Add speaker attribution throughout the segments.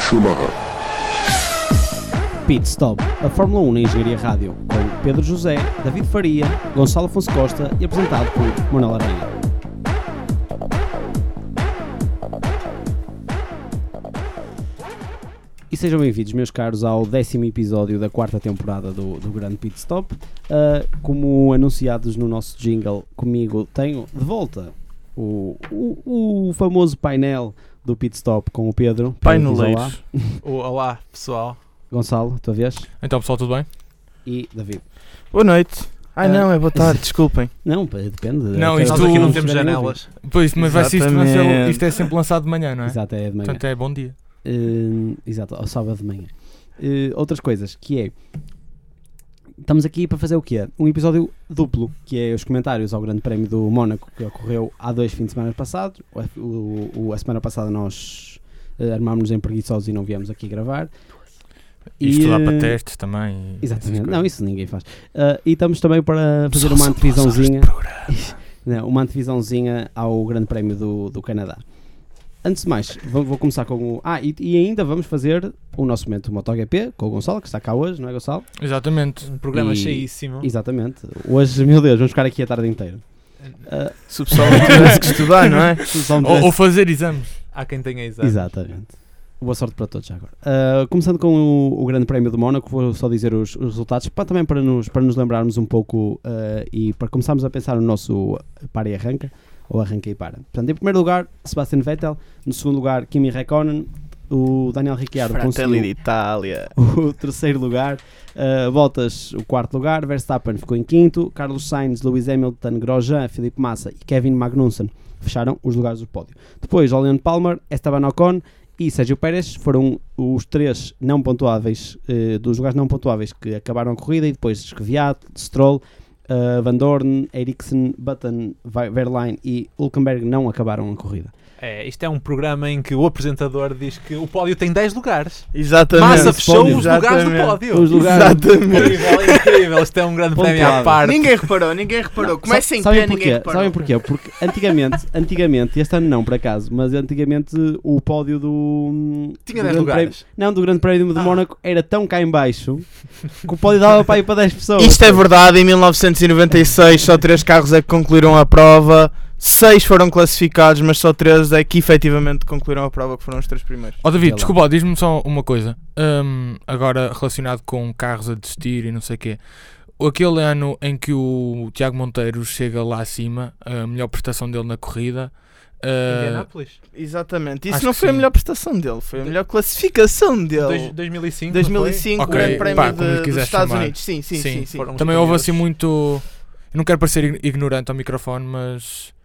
Speaker 1: Schumacher.
Speaker 2: Pit Stop, a Fórmula 1 na Engenharia Rádio, com Pedro José, David Faria, Gonçalo Afonso Costa e apresentado por Manuel Aranha. E sejam bem-vindos, meus caros, ao décimo episódio da quarta temporada do, do Grande Pit Stop. Ah, como anunciados no nosso jingle, comigo tenho de volta o, o, o famoso painel do Pit Stop com o Pedro. Pedro diz olá.
Speaker 3: Paineleiros. O- Olá, pessoal.
Speaker 2: Gonçalo, tua vez.
Speaker 3: Então, pessoal, tudo bem?
Speaker 2: E David.
Speaker 4: Boa noite. Ai
Speaker 2: Ah.
Speaker 4: não, é boa tarde, desculpem.
Speaker 2: Não, pá, depende.
Speaker 3: Não,
Speaker 2: Aquela-
Speaker 3: isto-
Speaker 2: Nós
Speaker 3: Nós aqui não
Speaker 2: vamos
Speaker 3: temos
Speaker 2: chegar a
Speaker 3: janelas.
Speaker 5: Pois, mas vai ser isto, mas
Speaker 4: Exatamente.
Speaker 5: é- isto é sempre lançado de manhã, não
Speaker 2: ouvir.
Speaker 5: é?
Speaker 2: Exato, é de manhã.
Speaker 5: Portanto, é bom dia.
Speaker 2: Hum, exato, ao sábado de manhã. Eh, outras coisas, que é. Estamos aqui para fazer o quê? Um episódio duplo, que é os comentários ao Grande Prémio do Mónaco, que ocorreu há dois fins de semana passados. O- o- o- a semana passada nós eh, armámos-nos em preguiçosos e não viemos aqui gravar. E,
Speaker 5: Isto dá para
Speaker 2: eh,
Speaker 5: testes também. e essas
Speaker 2: Exatamente,
Speaker 5: coisas.
Speaker 2: não, isso ninguém faz. Ah, e estamos também para fazer
Speaker 5: Só
Speaker 2: uma
Speaker 5: são duas horas de
Speaker 2: antevisãozinha.
Speaker 5: programa.
Speaker 2: Não, uma antevisãozinha ao Grande Prémio do, do Canadá. Antes de mais, vou, vou começar com o. Ah, e, e ainda vamos fazer o nosso momento MotoGP com o Gonçalo, que está cá hoje, não é, Gonçalo?
Speaker 5: Exatamente.
Speaker 3: Um programa
Speaker 2: E-
Speaker 3: cheíssimo.
Speaker 2: Exatamente. Hoje, meu Deus, vamos ficar aqui a tarde inteira. Ah,
Speaker 4: Se o pessoal não tivesse que estudar, não é?
Speaker 2: se só me
Speaker 5: Ou, ou
Speaker 2: tivesse-
Speaker 5: fazer exames.
Speaker 3: Há quem tenha exato.
Speaker 2: Exatamente. Boa sorte para todos já agora. Ah, começando com o, o Grande Prémio do Mónaco, vou só dizer os, os resultados para, também para nos, para nos lembrarmos um pouco ah, e para começarmos a pensar no nosso para e arranca, ou arranca e para. Portanto, em primeiro lugar, Sebastian Vettel, no segundo lugar, Kimi Räikkönen, o Daniel Ricciardo
Speaker 4: Fratelli de
Speaker 2: conseguiu
Speaker 4: Itália.
Speaker 2: o terceiro lugar, ah, Bottas o quarto lugar, Verstappen ficou em quinto, Carlos Sainz, Lewis Hamilton, Grosjean, Felipe Massa e Kevin Magnussen fecharam os lugares do pódio. Depois, Julian Palmer, Esteban Ocon e Sérgio Pérez foram os três não pontuáveis, eh, dos lugares não pontuáveis que acabaram a corrida e depois Esquiviat, Stroll, eh, Van Dorn, Eriksen, Button, Ve- Verline e Hülkenberg não acabaram a corrida.
Speaker 3: É, isto é um programa em que o apresentador diz que o pódio tem 10 lugares.
Speaker 4: Exatamente.
Speaker 3: Massa fechou
Speaker 4: Pódio.
Speaker 3: os lugares do
Speaker 4: Exatamente.
Speaker 3: pódio.
Speaker 2: Os lugares-
Speaker 4: Exatamente.
Speaker 3: Incrível, incrível. Isto é um grande prémio à
Speaker 2: Pontuado.
Speaker 3: parte.
Speaker 4: Ninguém reparou, ninguém reparou. Começa em
Speaker 2: Sa-
Speaker 4: pé,
Speaker 2: sabem
Speaker 4: ninguém
Speaker 2: porquê?
Speaker 4: reparou.
Speaker 2: Sabem porquê? Porque antigamente, antigamente, este ano não por acaso, mas antigamente o pódio do
Speaker 3: Tinha
Speaker 2: do
Speaker 3: 10
Speaker 2: Grande
Speaker 3: lugares.
Speaker 2: Prémio- não, do Grande Prémio de
Speaker 3: Ah.
Speaker 2: Mónaco era tão cá em baixo que o pódio dava para ir para 10 pessoas.
Speaker 4: Isto é verdade, em 1996 só três carros é que concluíram a prova, seis foram classificados, mas só três é que efetivamente concluíram a prova, que foram os três primeiros.
Speaker 2: Sei lá.
Speaker 5: Ó David, desculpa, ó, diz-me só uma coisa. Hum, agora relacionado com carros a desistir e não sei o quê. Aquele ano em que o Tiago Monteiro chega lá acima, a melhor prestação dele na corrida.
Speaker 4: Eh,
Speaker 5: ah,
Speaker 3: Indianápolis.
Speaker 4: Exatamente,
Speaker 5: Acho
Speaker 4: isso não
Speaker 5: que
Speaker 4: foi a
Speaker 5: sim.
Speaker 4: melhor prestação dele, foi a melhor classificação
Speaker 3: Dois-
Speaker 4: dele.
Speaker 3: 2005. não foi?
Speaker 4: 2005,
Speaker 5: Ok,
Speaker 4: o Grande Prémio
Speaker 5: pá,
Speaker 4: de-
Speaker 5: como lhe
Speaker 4: dos
Speaker 5: quiseres
Speaker 4: Estados
Speaker 5: chamar.
Speaker 4: Unidos. Sim, sim, sim.
Speaker 5: Sim,
Speaker 4: sim.
Speaker 3: foram
Speaker 5: Também houve
Speaker 3: Pneus.
Speaker 5: assim muito. Eu não quero parecer ig- ignorante ao microfone, mas.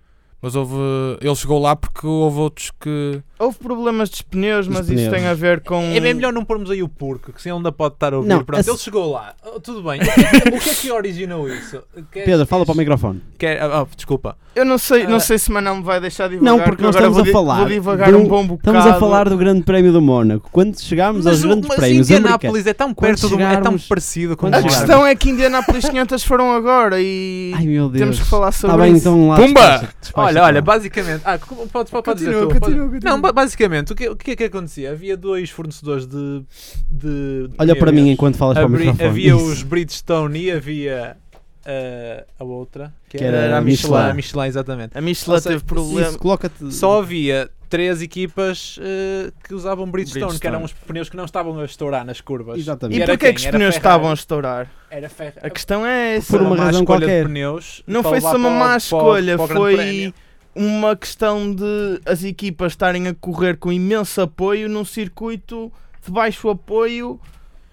Speaker 5: Mas houve. Ele chegou lá porque houve outros que.
Speaker 4: Houve problemas dos pneus,
Speaker 2: Dos
Speaker 4: mas isso
Speaker 2: pneus.
Speaker 4: tem a ver com.
Speaker 3: É bem melhor não pormos aí o porco, que senão ainda pode estar a ouvir.
Speaker 2: Não,
Speaker 3: Pronto,
Speaker 2: assim-
Speaker 3: ele chegou lá. Oh, tudo bem. o que é que originou isso? Queres-
Speaker 2: Pedro, fala para o
Speaker 3: queres-
Speaker 2: microfone.
Speaker 3: Quer, ah, oh, desculpa.
Speaker 4: Eu não sei,
Speaker 3: Ah.
Speaker 4: não sei se Manão me vai deixar divagar.
Speaker 2: Não, porque
Speaker 4: que
Speaker 2: nós
Speaker 4: agora
Speaker 2: estamos
Speaker 4: vou
Speaker 2: a
Speaker 4: di-
Speaker 2: falar
Speaker 4: Vou divagar
Speaker 2: do-
Speaker 4: um bom bocado.
Speaker 2: Estamos a falar do Grande Prémio do Mónaco. Quando chegámos aos
Speaker 3: o-
Speaker 2: Grandes
Speaker 3: mas
Speaker 2: Prémios americanos.
Speaker 3: Indianápolis é tão
Speaker 2: Quando
Speaker 3: perto do é tão
Speaker 2: chegarmos-
Speaker 3: parecido com
Speaker 2: quando
Speaker 4: A
Speaker 3: Mônaco.
Speaker 2: chegarmos-
Speaker 4: questão é que Indianapolis 500 foram agora e.
Speaker 2: Ai meu Deus.
Speaker 4: Temos que falar sobre
Speaker 2: Está bem,
Speaker 4: isso.
Speaker 2: então lá.
Speaker 5: Pumba!
Speaker 2: despacha- despacha
Speaker 3: Olha, olha,
Speaker 2: lá.
Speaker 3: basicamente. Ah, como- pode, pode, pode dizer
Speaker 4: Continua,
Speaker 3: tu, pode-
Speaker 4: continua, continua.
Speaker 3: Não, ba- basicamente, o que, o que é que acontecia? Havia dois fornecedores de. de
Speaker 2: Olha para mim
Speaker 3: pneus.
Speaker 2: enquanto falas para o
Speaker 3: Abri-
Speaker 2: microfone.
Speaker 3: havia
Speaker 2: Isso.
Speaker 3: os Bridgestone e havia ah, a outra, que,
Speaker 2: Que era
Speaker 4: a
Speaker 3: A
Speaker 4: Michelin.
Speaker 3: Michelin, exatamente.
Speaker 4: A Michelin
Speaker 3: Ou seja,
Speaker 4: teve problema.
Speaker 2: Isso, coloca-te.
Speaker 3: Só havia três equipas ah, que usavam Bridgestone, que eram
Speaker 4: Bridgestone.
Speaker 3: os pneus que não estavam a estourar nas curvas.
Speaker 2: Exatamente.
Speaker 4: E
Speaker 3: era
Speaker 4: porquê é que os
Speaker 3: quem? Era
Speaker 4: pneus
Speaker 3: Ferrari.
Speaker 4: estavam a estourar?
Speaker 3: Era ferro.
Speaker 4: A questão é essa.
Speaker 2: Por uma
Speaker 3: má
Speaker 2: razão
Speaker 3: escolha de
Speaker 2: qualquer.
Speaker 3: pneus
Speaker 4: Não
Speaker 3: para
Speaker 4: foi
Speaker 3: levar
Speaker 4: só uma
Speaker 3: para o-
Speaker 4: má
Speaker 3: para o-
Speaker 4: escolha,
Speaker 3: para o Grande Prémio.
Speaker 4: foi uma questão de as equipas estarem a correr com imenso apoio num circuito de baixo apoio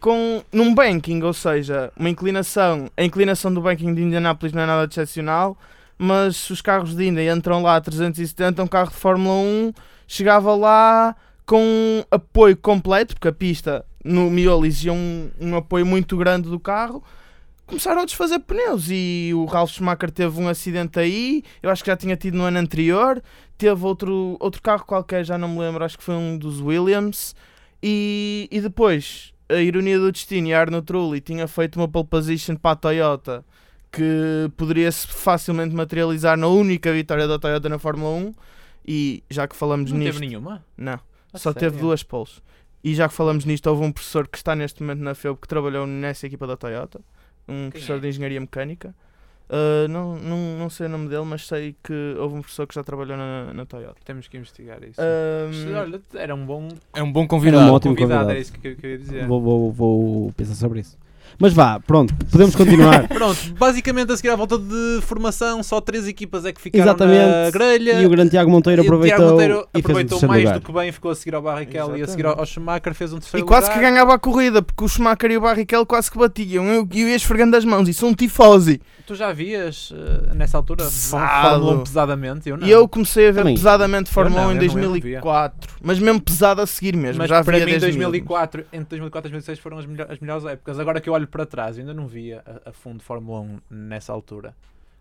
Speaker 4: com num banking, ou seja, uma inclinação, a inclinação do banking de Indianápolis não é nada de excepcional, mas se os carros de Indy entram lá a 370, um carro de Fórmula 1 chegava lá com apoio completo, porque a pista no miolo exigia um, um apoio muito grande do carro, começaram a desfazer pneus e o Ralf Schumacher teve um acidente aí, eu acho que já tinha tido no ano anterior, teve outro, outro carro qualquer, já não me lembro, acho que foi um dos Williams, e, e depois, a ironia do destino, e a Arno Trulli tinha feito uma pole position para a Toyota, que poderia-se facilmente materializar na única vitória da Toyota na Fórmula 1, e já que falamos
Speaker 3: Não
Speaker 4: nisto...
Speaker 3: teve nenhuma?
Speaker 4: Não.
Speaker 3: A
Speaker 2: Ah,
Speaker 4: Só
Speaker 3: sério?
Speaker 4: teve duas poles. e já que falamos nisto, houve um professor que está neste momento na FEUB que trabalhou nessa equipa da Toyota, um professor
Speaker 2: é?
Speaker 4: de engenharia mecânica. Uh, não, não, não sei o nome dele, mas sei que houve um professor que já trabalhou na, na Toyota.
Speaker 3: Temos que investigar isso.
Speaker 4: Um,
Speaker 3: Se- Olha, era um bom
Speaker 5: É um bom
Speaker 2: Era um
Speaker 5: convidado.
Speaker 2: ótimo-
Speaker 3: convidado,
Speaker 2: convidado.
Speaker 3: era isso que eu, que eu ia dizer.
Speaker 2: Vou, vou, vou pensar sobre isso. Mas vá, pronto, podemos continuar.
Speaker 3: Pronto, basicamente a seguir à volta de formação, só três equipas é que ficaram na
Speaker 2: Exatamente.
Speaker 3: grelha.
Speaker 2: e o grande Tiago Monteiro
Speaker 3: E o Tiago
Speaker 2: aproveitou
Speaker 3: Monteiro
Speaker 2: e
Speaker 4: um
Speaker 2: fez o
Speaker 3: aproveitou
Speaker 2: terceiro
Speaker 3: mais
Speaker 2: lugar.
Speaker 3: do que bem, ficou a seguir ao Barrichello e a seguir ao, ao Schumacher, fez um
Speaker 4: E
Speaker 3: terceiro
Speaker 4: quase que
Speaker 3: lugar.
Speaker 4: ganhava a corrida, porque o Schumacher e o Barrichello quase que batiam. Eu, eu ia esfregando as mãos, isso é um tifosi.
Speaker 3: Tu já vias eh, nessa altura
Speaker 4: Pesado.
Speaker 3: Fórmula 1 pesadamente? Eu não.
Speaker 4: E eu comecei a ver
Speaker 2: Também.
Speaker 4: pesadamente Fórmula
Speaker 3: Eu não,
Speaker 4: 1 em
Speaker 3: eu não, eu não via.
Speaker 4: 2004, mas mesmo pesado a seguir mesmo.
Speaker 3: Mas
Speaker 4: já
Speaker 3: para
Speaker 4: via
Speaker 3: mim,
Speaker 4: desde
Speaker 3: 2004, entre 2004 e 2006 foram as, melho- as melhores épocas. Agora que eu olho para trás, eu ainda não via a, a fundo Fórmula 1 nessa altura.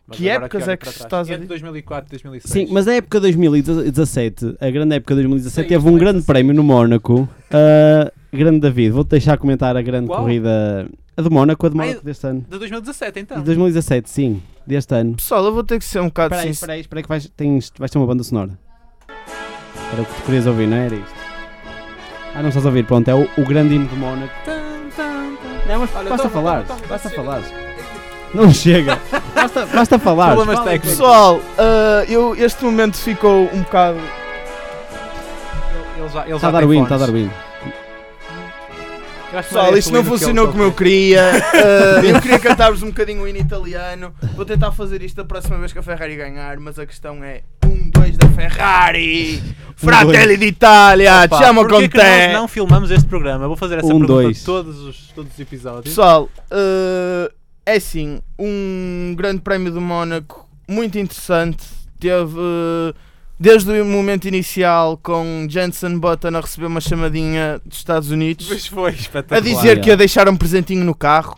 Speaker 3: Mas
Speaker 4: Que
Speaker 3: agora
Speaker 4: épocas
Speaker 3: olho
Speaker 4: é que
Speaker 3: para trás,
Speaker 4: estás a
Speaker 3: Entre
Speaker 4: dizer?
Speaker 3: 2004 e 2006.
Speaker 2: Sim, mas a época 2017, a grande época 2017,
Speaker 3: Sim,
Speaker 2: teve um
Speaker 3: também
Speaker 2: grande
Speaker 3: assim.
Speaker 2: prémio no Mónaco. Ah, grande David, vou-te deixar comentar a grande
Speaker 3: Qual?
Speaker 2: corrida. A de Mónaco, a de
Speaker 3: Ah,
Speaker 2: Mónaco deste ano.
Speaker 3: De 2017, então.
Speaker 2: De 2017, sim, deste ano.
Speaker 4: Pessoal, eu vou ter que ser um bocado
Speaker 2: Espera aí,
Speaker 4: sincero.
Speaker 2: espera aí, espera aí que vais, tens, vais ter uma banda sonora. Era o que tu querias ouvir, não era isto? Ah, não estás a ouvir, pronto, é o, o grande hino de Mónaco.
Speaker 3: Tum, tum, tum.
Speaker 2: Não, mas
Speaker 3: Olha,
Speaker 2: basta
Speaker 3: toma,
Speaker 2: falar,
Speaker 3: toma, toma,
Speaker 2: basta
Speaker 3: chega.
Speaker 2: falar. Não chega, basta, basta falar.
Speaker 3: Problemas
Speaker 2: Fala,
Speaker 3: técnicos.
Speaker 4: Pessoal, ah, eu, este momento ficou um bocado.
Speaker 3: Ele já, ele
Speaker 2: Está
Speaker 3: já
Speaker 2: a dar
Speaker 3: tem
Speaker 2: win, está a
Speaker 3: fones.
Speaker 2: dar win.
Speaker 3: Eu acho que
Speaker 4: Pessoal,
Speaker 3: merece
Speaker 4: isto
Speaker 3: o
Speaker 4: não é
Speaker 3: hino que ele-
Speaker 4: funcionou
Speaker 3: que
Speaker 4: como
Speaker 3: ele
Speaker 4: eu queria. Ah, eu queria cantar-vos um bocadinho o hino italiano. Vou tentar fazer isto da próxima vez que a Ferrari ganhar, mas a questão é 1-2 da Ferrari! Fratelli d'Italia!
Speaker 3: Pá,
Speaker 4: Te amo
Speaker 3: Um, porquê
Speaker 4: con
Speaker 3: que nós
Speaker 4: te!
Speaker 3: não filmamos este programa? Vou fazer essa
Speaker 2: Um,
Speaker 3: pergunta
Speaker 2: dois.
Speaker 3: de todos os, todos os episódios.
Speaker 4: Pessoal, eh, é assim, um grande prémio do Mónaco, muito interessante. Teve eh, desde o momento inicial com Jensen Button a receber uma chamadinha dos Estados Unidos
Speaker 3: Mas foi
Speaker 4: a
Speaker 3: espetacular.
Speaker 4: dizer que
Speaker 2: é.
Speaker 4: ia deixar um presentinho no carro.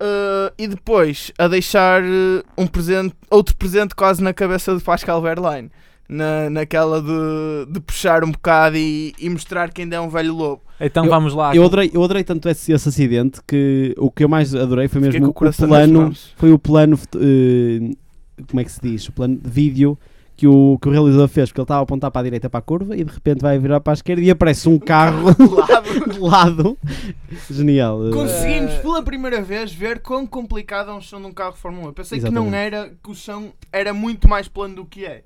Speaker 4: eh, e depois a deixar eh, um presente, outro presente quase na cabeça de Pascal Verlaine, na, naquela de, de puxar um bocado e, e mostrar que ainda é um velho lobo.
Speaker 3: Então
Speaker 2: Eu-
Speaker 3: vamos lá.
Speaker 2: Eu adorei, eu adorei tanto esse, esse acidente que o que eu mais adorei foi mesmo
Speaker 4: Fiquei com
Speaker 2: o,
Speaker 4: o coração nas
Speaker 2: plano.
Speaker 4: mãos.
Speaker 2: Foi o plano. foto- eh, como é que se diz? O plano de vídeo que o, que o realizador fez, porque ele estava a apontar para a direita para a curva e de repente vai virar para a esquerda e aparece um carro
Speaker 4: Do lado.
Speaker 2: de lado. Genial. eh,
Speaker 4: Conseguimos pela primeira vez ver quão complicado é um chão de um carro de Fórmula 1. Eu pensei que não
Speaker 2: Exatamente.
Speaker 4: era, que o chão era muito mais plano do que é.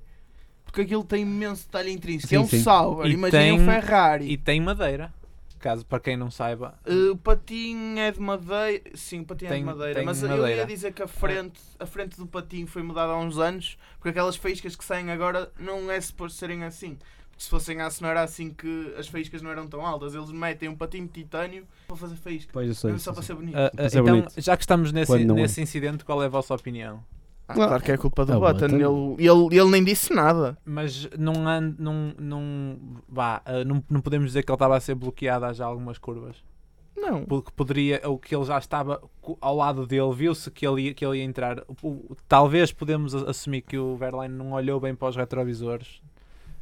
Speaker 4: Porque aquilo tem imenso detalhe intrínseco.
Speaker 2: Sim,
Speaker 4: é um
Speaker 2: sim.
Speaker 4: Sauber,
Speaker 3: E
Speaker 4: imagina
Speaker 3: tem-
Speaker 4: um Ferrari.
Speaker 3: E tem madeira. Caso para quem não saiba.
Speaker 4: Uh, o patim é de madeira. Sim, o patim é
Speaker 3: Tem-
Speaker 4: de madeira.
Speaker 3: tem
Speaker 4: Mas eu
Speaker 3: madeira.
Speaker 4: ia dizer que a frente, a frente do patim foi mudada há uns anos. Porque aquelas faíscas que saem agora não é suposto serem assim. Porque se fossem aço não era assim que as faíscas não eram tão altas. Eles metem um patinho de titânio para fazer faísca.
Speaker 2: Pois eu sei.
Speaker 4: Mesmo só para ser bonito.
Speaker 3: Ah, ah,
Speaker 2: Mas é
Speaker 3: então,
Speaker 2: bonito.
Speaker 3: já que estamos nesse,
Speaker 2: Quando não é.
Speaker 3: nesse incidente, qual é a vossa opinião?
Speaker 4: Ah, claro que é culpa do
Speaker 2: Ah, o
Speaker 4: Button.
Speaker 2: Button.
Speaker 4: Ele, ele, ele nem disse nada.
Speaker 3: Mas não, an- não, não, vá, ah, não, não podemos dizer que ele estava a ser bloqueado há já algumas curvas.
Speaker 4: Não.
Speaker 3: porque poderia, ou que ele já estava co- ao lado dele, viu-se que, ele ia- que ele ia entrar. O- o- Talvez podemos a- assumir que o Verlaine não olhou bem para os retrovisores.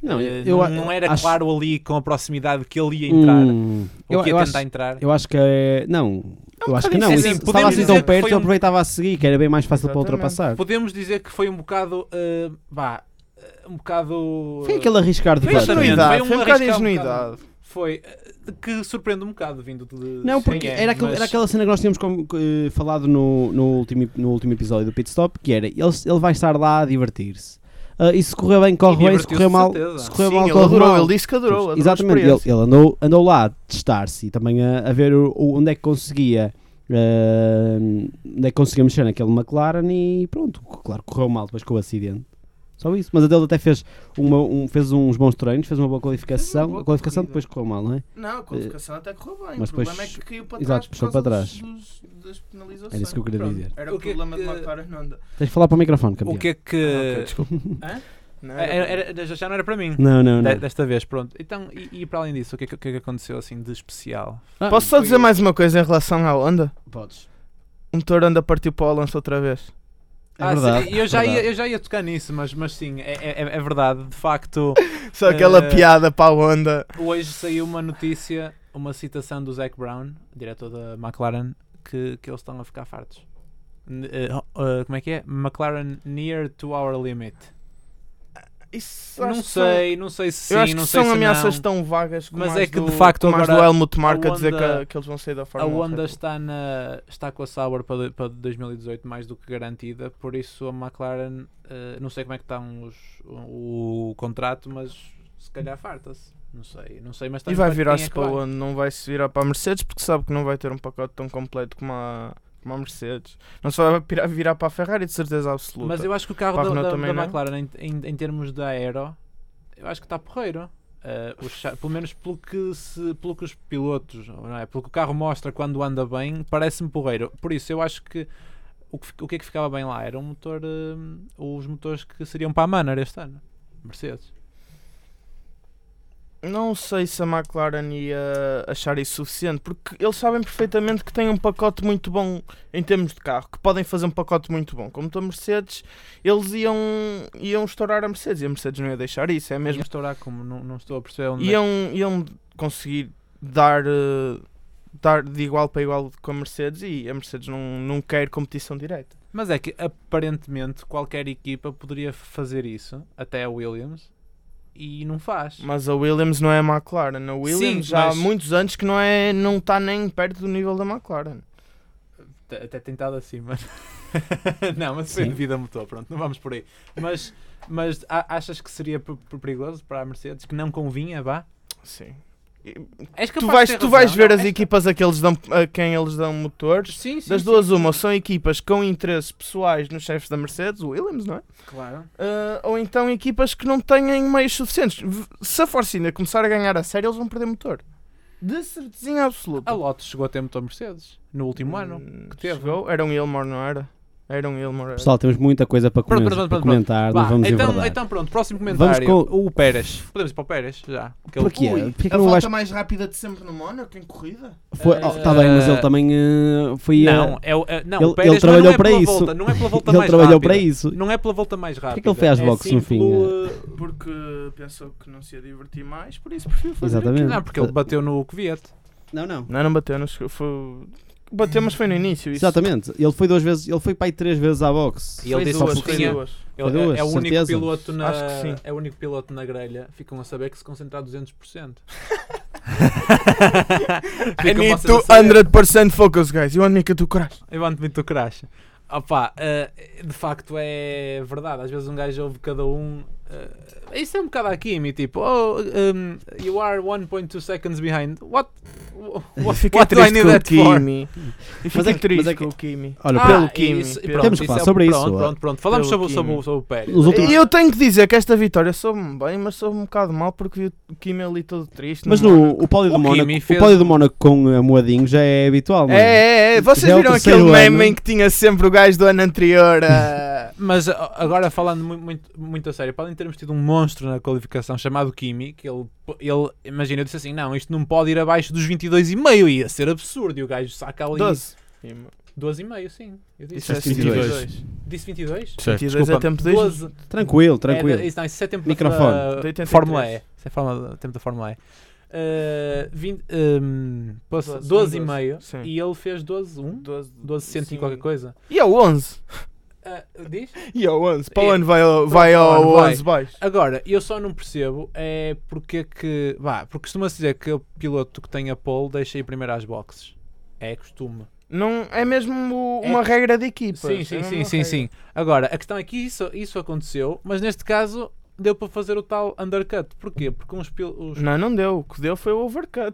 Speaker 2: Não,
Speaker 3: Eh,
Speaker 2: eu-
Speaker 3: não,
Speaker 2: eu
Speaker 3: não era
Speaker 2: acho-
Speaker 3: claro ali com a proximidade que ele ia entrar,
Speaker 2: Hum,
Speaker 3: ou
Speaker 2: eu,
Speaker 3: que ia
Speaker 2: eu
Speaker 3: tentar
Speaker 2: acho,
Speaker 3: entrar. um
Speaker 2: eu acho que é. Não. Eu acho que não.
Speaker 4: bocadinho
Speaker 2: Isso-
Speaker 4: assim,
Speaker 2: Estava
Speaker 4: podemos
Speaker 2: assim
Speaker 4: dizer
Speaker 2: tão
Speaker 3: que
Speaker 2: perto,
Speaker 3: foi
Speaker 2: eu
Speaker 3: um-
Speaker 2: aproveitava a seguir, que era bem mais fácil para
Speaker 4: Exatamente.
Speaker 2: ultrapassar.
Speaker 3: Podemos dizer que foi um bocado. eh, vá, eh, um bocado.
Speaker 2: Foi aquele arriscar de
Speaker 3: Foi
Speaker 2: fato.
Speaker 3: exatamente.
Speaker 4: Ingenuidade.
Speaker 3: Foi um
Speaker 4: Foi um bocado de
Speaker 3: arriscar um
Speaker 4: ingenuidade.
Speaker 3: Foi, eh, que surpreende um bocado vindo de.
Speaker 2: Não,
Speaker 3: Sim,
Speaker 2: porque
Speaker 3: é,
Speaker 2: era, aquele-
Speaker 3: mas-
Speaker 2: era aquela cena que nós tínhamos com- eh, falado no, no, último, no último episódio do Pit Stop, que era ele, ele vai estar lá a divertir-se. Ah, e se correr bem, corre bem, se
Speaker 3: divertiu-se
Speaker 2: correr
Speaker 3: de
Speaker 2: mal,
Speaker 3: certeza.
Speaker 2: se
Speaker 4: Sim,
Speaker 2: correr mal,
Speaker 4: ele
Speaker 2: corre
Speaker 4: adorou.
Speaker 2: mal.
Speaker 4: Ele disse que adorou. adorou a
Speaker 2: Exatamente, ele,
Speaker 4: experiência.
Speaker 2: ele andou, andou lá a testar-se e também a, a ver o- o- onde é que conseguia ah, onde é que conseguia mexer naquele McLaren e pronto, claro, correu mal depois com o acidente. Só isso, mas a dele até fez, uma, um- fez uns bons treinos, fez uma boa qualificação,
Speaker 4: boa
Speaker 2: a qualificação
Speaker 4: corrida.
Speaker 2: depois correu mal, não é?
Speaker 4: Não, a qualificação até correu bem.
Speaker 2: mas
Speaker 4: o
Speaker 2: depois-
Speaker 4: problema é que caiu para trás.
Speaker 2: exato,
Speaker 4: por
Speaker 2: puxou
Speaker 4: causa
Speaker 2: para
Speaker 4: dos- dos- das penalizações.
Speaker 2: Era isso que eu queria
Speaker 4: Pronto,
Speaker 2: dizer.
Speaker 4: Era
Speaker 3: O
Speaker 4: o
Speaker 3: que é
Speaker 4: problema
Speaker 3: que-
Speaker 4: de McLaren não anda.
Speaker 2: Tens de falar para o microfone, campeão.
Speaker 3: O que é que.
Speaker 4: ok, desculpa. Não, era
Speaker 3: Era- era- já não era para mim.
Speaker 2: Não, não, não.
Speaker 3: De- Desta vez, pronto. Então, e, e para além disso, o que é que, o que é que aconteceu assim de especial?
Speaker 2: Ah,
Speaker 4: Posso só dizer mais uma coisa em relação à Honda?
Speaker 2: Podes.
Speaker 4: O motor Honda partiu para o Alonso outra vez.
Speaker 2: É verdade,
Speaker 3: Ah, sim, eu, já
Speaker 2: verdade.
Speaker 3: Ia, eu já ia tocar nisso, mas, mas sim, é, é- é verdade. De facto,
Speaker 4: Só aquela
Speaker 3: Eh,
Speaker 4: piada para a Honda.
Speaker 3: hoje saiu uma notícia, uma citação do Zac Brown, diretor da McLaren, que, que eles estão a ficar fartos. N- eh, ho- eh, como é que é? McLaren near to our limit.
Speaker 4: Isso acho
Speaker 3: Não
Speaker 4: que são-
Speaker 3: sei, não sei se sim,
Speaker 4: eu acho
Speaker 3: não
Speaker 4: que
Speaker 3: sei
Speaker 4: são
Speaker 3: se
Speaker 4: ameaças
Speaker 3: não.
Speaker 4: tão vagas como
Speaker 3: Mas
Speaker 4: as
Speaker 3: é que,
Speaker 4: do,
Speaker 3: de facto,
Speaker 4: como as
Speaker 3: agora
Speaker 4: do Helmut Marko a dizer
Speaker 3: Honda-
Speaker 4: que, que eles vão sair da
Speaker 3: A
Speaker 4: Fórmula um.
Speaker 3: Honda
Speaker 4: Red Bull.
Speaker 3: está, na, está com a Sauber para, para 2018 mais do que garantida, por isso a McLaren, eh, não sei como é que estão os- o, o contrato, mas se calhar farta-se. Não sei, não sei, mas
Speaker 4: E
Speaker 3: também
Speaker 4: vai
Speaker 3: para quem
Speaker 4: virar-se
Speaker 3: é que
Speaker 4: para
Speaker 3: vai.
Speaker 4: onde? Não vai se virar para a Mercedes porque sabe que não vai ter um pacote tão completo como a, como a Mercedes. Não só vai pira- virar para a Ferrari de certeza absoluta.
Speaker 3: Mas eu acho que o carro
Speaker 4: Para a
Speaker 3: da,
Speaker 4: Renault
Speaker 3: da-
Speaker 4: também
Speaker 3: da
Speaker 4: não?
Speaker 3: McLaren, em, em- em termos de aero, eu acho que está porreiro. Eh, o cha- pelo menos pelo que, se, pelo que os pilotos, não é? pelo que o carro mostra quando anda bem, parece-me porreiro. Por isso, eu acho que o que, fi- o que é que ficava bem lá era um motor, eh, os motores que seriam para a Manor este ano. Mercedes.
Speaker 4: Não sei se a McLaren ia achar isso suficiente, porque eles sabem perfeitamente que têm um pacote muito bom em termos de carro, que podem fazer um pacote muito bom. Como a Mercedes, eles iam, iam estourar a Mercedes e a Mercedes não ia deixar isso, é
Speaker 3: Mesmo
Speaker 4: mesmo.
Speaker 3: estourar como não, não estou a perceber onde é
Speaker 4: Iam, iam conseguir dar, eh, dar de igual para igual com a Mercedes e a Mercedes não, não quer competição direta.
Speaker 3: Mas é que aparentemente qualquer equipa poderia fazer isso, até a Williams, e não faz.
Speaker 4: Mas a Williams não é a McLaren. A Williams já
Speaker 3: mas-
Speaker 4: há muitos anos que não, é, não está nem perto do nível da McLaren.
Speaker 3: Te- até tentado acima. não, mas foi
Speaker 2: Sim.
Speaker 3: devido a motor, pronto, não vamos por aí. Mas, mas a- achas que seria per- per- perigoso para a Mercedes? Que não convinha, vá?
Speaker 4: Sim.
Speaker 3: És capaz
Speaker 4: tu
Speaker 3: de
Speaker 4: vais,
Speaker 3: ter
Speaker 4: tu
Speaker 3: razão,
Speaker 4: vais ver
Speaker 3: não,
Speaker 4: as
Speaker 3: és
Speaker 4: equipas a, que eles dão, a quem eles dão
Speaker 3: capaz-
Speaker 4: motores.
Speaker 3: Sim, sim,
Speaker 4: das
Speaker 3: sim,
Speaker 4: duas,
Speaker 3: sim.
Speaker 4: uma, são equipas com interesses pessoais nos chefes da Mercedes, o Williams, não é?
Speaker 3: Claro.
Speaker 4: Ah, ou então equipas que não têm meios suficientes. V- Se a Force India começar a ganhar a série, eles vão perder motor. De certeza absoluta.
Speaker 3: A Lotus chegou a ter motor Mercedes no último
Speaker 2: ah,
Speaker 3: ano.
Speaker 4: Hum,
Speaker 3: que teve.
Speaker 4: Chegou, era um Ilmore, não era? Era um Ilmore. Era.
Speaker 2: Pessoal, temos muita coisa para,
Speaker 3: Pronto,
Speaker 2: comen-
Speaker 3: pronto, pronto,
Speaker 2: para
Speaker 3: pronto.
Speaker 2: comentar,
Speaker 3: Vá,
Speaker 2: não vamos
Speaker 3: então,
Speaker 2: enverdar.
Speaker 3: então pronto, próximo
Speaker 2: Vamos
Speaker 3: comentário.
Speaker 2: com-
Speaker 3: O Pérez. Podemos ir para o Pérez já. Que ele-
Speaker 2: Porquê?
Speaker 4: Ui,
Speaker 2: Porquê que não vais...
Speaker 4: mais rápida de sempre no Mónaco, em corrida?
Speaker 2: Foi...
Speaker 3: Eh,
Speaker 2: Oh, tá bem, mas ele também eh, foi... eh,
Speaker 3: Não, é, o- é, não,
Speaker 2: Ele-
Speaker 3: o
Speaker 2: ele
Speaker 3: Pérez mas não é
Speaker 2: trabalhou para
Speaker 3: pela
Speaker 2: isso.
Speaker 3: Volta, não é pela volta
Speaker 2: ele
Speaker 3: mais
Speaker 2: trabalhou
Speaker 3: rápida.
Speaker 2: para isso.
Speaker 3: Não é pela volta mais rápida.
Speaker 2: que ele foi às
Speaker 3: é
Speaker 2: boxes
Speaker 3: sim
Speaker 2: no fim?
Speaker 3: pelo, eh,
Speaker 4: uh, Porque pensou que não se ia divertir mais, por isso prefiro fazer
Speaker 2: Exatamente.
Speaker 3: Não, porque ele bateu no Coviete.
Speaker 2: Não, não.
Speaker 4: Não, não bateu, não chegou. Foi... Bateu, mas foi no início. Isso.
Speaker 2: Exatamente. Ele foi duas vezes, ele foi para aí três vezes à boxe.
Speaker 3: E ele
Speaker 4: Foi
Speaker 3: disse
Speaker 4: duas,
Speaker 3: que
Speaker 4: foi
Speaker 3: tinha-
Speaker 4: duas.
Speaker 3: Ele
Speaker 2: Foi duas,
Speaker 3: é, é o único
Speaker 2: certeza.
Speaker 3: piloto na,
Speaker 4: Acho que sim.
Speaker 3: É o único piloto na grelha. Ficam a saber que se concentrar 200%.
Speaker 4: I
Speaker 3: Ficam
Speaker 4: need
Speaker 3: vocês a saber.
Speaker 4: 200% focus, guys. You want me to crash?
Speaker 3: Eu ando muito crash. Opa, eh, de facto é verdade. Às vezes um gajo ouve cada um. eh, isso é um bocado aqui, me tipo, oh, um, you are 1.2 seconds behind. What? What, what do I need that for?
Speaker 4: E
Speaker 2: Mas é
Speaker 4: fiquei
Speaker 2: que-
Speaker 4: triste
Speaker 2: mas é que-
Speaker 4: com o Kimi.
Speaker 2: Olha,
Speaker 3: Ah,
Speaker 2: pelo-
Speaker 4: Kimi,
Speaker 3: isso-
Speaker 4: pelo-
Speaker 3: pronto,
Speaker 2: Temos que
Speaker 3: isso
Speaker 2: falar
Speaker 3: é-
Speaker 2: sobre isso,
Speaker 3: Pronto,
Speaker 2: é.
Speaker 3: pronto, pronto. Falamos sobre,
Speaker 4: Pelo
Speaker 3: o- sobre, o-
Speaker 4: Kimi.
Speaker 3: sobre o Pérez.
Speaker 2: Os últimos-
Speaker 4: E eu tenho que dizer que esta vitória soube-me bem, mas soube um bocado mal porque vi o Kimi ali todo triste.
Speaker 2: mas
Speaker 4: não
Speaker 2: no, o pódio
Speaker 3: O
Speaker 2: do Mónaco,
Speaker 3: Kimi fez- um-
Speaker 2: o pódio do Mónaco com eh, moedinho já é habitual, não é?
Speaker 4: É, é, é. Vocês
Speaker 2: Já é o
Speaker 4: viram
Speaker 2: terceiro
Speaker 4: aquele
Speaker 2: ano.
Speaker 4: meme em que tinha sempre o gajo do ano anterior a.
Speaker 3: Mas a- agora falando mu- muito, muito, a sério, podem termos tido um monstro na qualificação chamado Kimi, que ele, ele imagina, eu disse assim, não, isto não pode ir abaixo dos 22,5, ia ser absurdo, e o gajo saca ali
Speaker 4: 12.
Speaker 3: 12,5, sim, eu disse.
Speaker 4: Isso é
Speaker 2: 22.
Speaker 4: 22.
Speaker 3: Disse 22?
Speaker 5: Certo.
Speaker 4: 22 é
Speaker 3: Desculpa,
Speaker 4: tempo de.
Speaker 3: 12,
Speaker 2: Tranquilo,
Speaker 3: É,
Speaker 2: tranquilo.
Speaker 3: da- isso, não, isso é tempo
Speaker 2: Microfone.
Speaker 3: da
Speaker 4: De 83.
Speaker 3: Fórmula E. Isso é forma, tempo da Fórmula E. Uh, 20, um, passa-
Speaker 4: Doze,
Speaker 3: 12 e
Speaker 4: doze.
Speaker 3: meio
Speaker 4: Sim.
Speaker 3: e ele fez 12, 1?
Speaker 4: 12,
Speaker 3: 12 cento e qualquer coisa.
Speaker 4: E ao 11.
Speaker 3: Ah, diz?
Speaker 4: E ao 11. Para
Speaker 3: E-
Speaker 4: o ano vai ao, vai ao
Speaker 3: É- Para o ano vai.
Speaker 4: 11 baixo.
Speaker 3: Agora, eu só não percebo é porque é que. Vá, porque costuma-se dizer que o piloto que tem a pole deixa ir primeiro às boxes. É costume.
Speaker 4: Não, é mesmo
Speaker 3: É-
Speaker 4: uma regra de equipa. É
Speaker 3: Sim, sim, sim, sim, sim. Agora, a questão é que isso, isso aconteceu, mas neste caso deu para fazer o tal undercut. Porquê? Porque uns pilotos.
Speaker 4: Não, não deu. O que deu foi o overcut.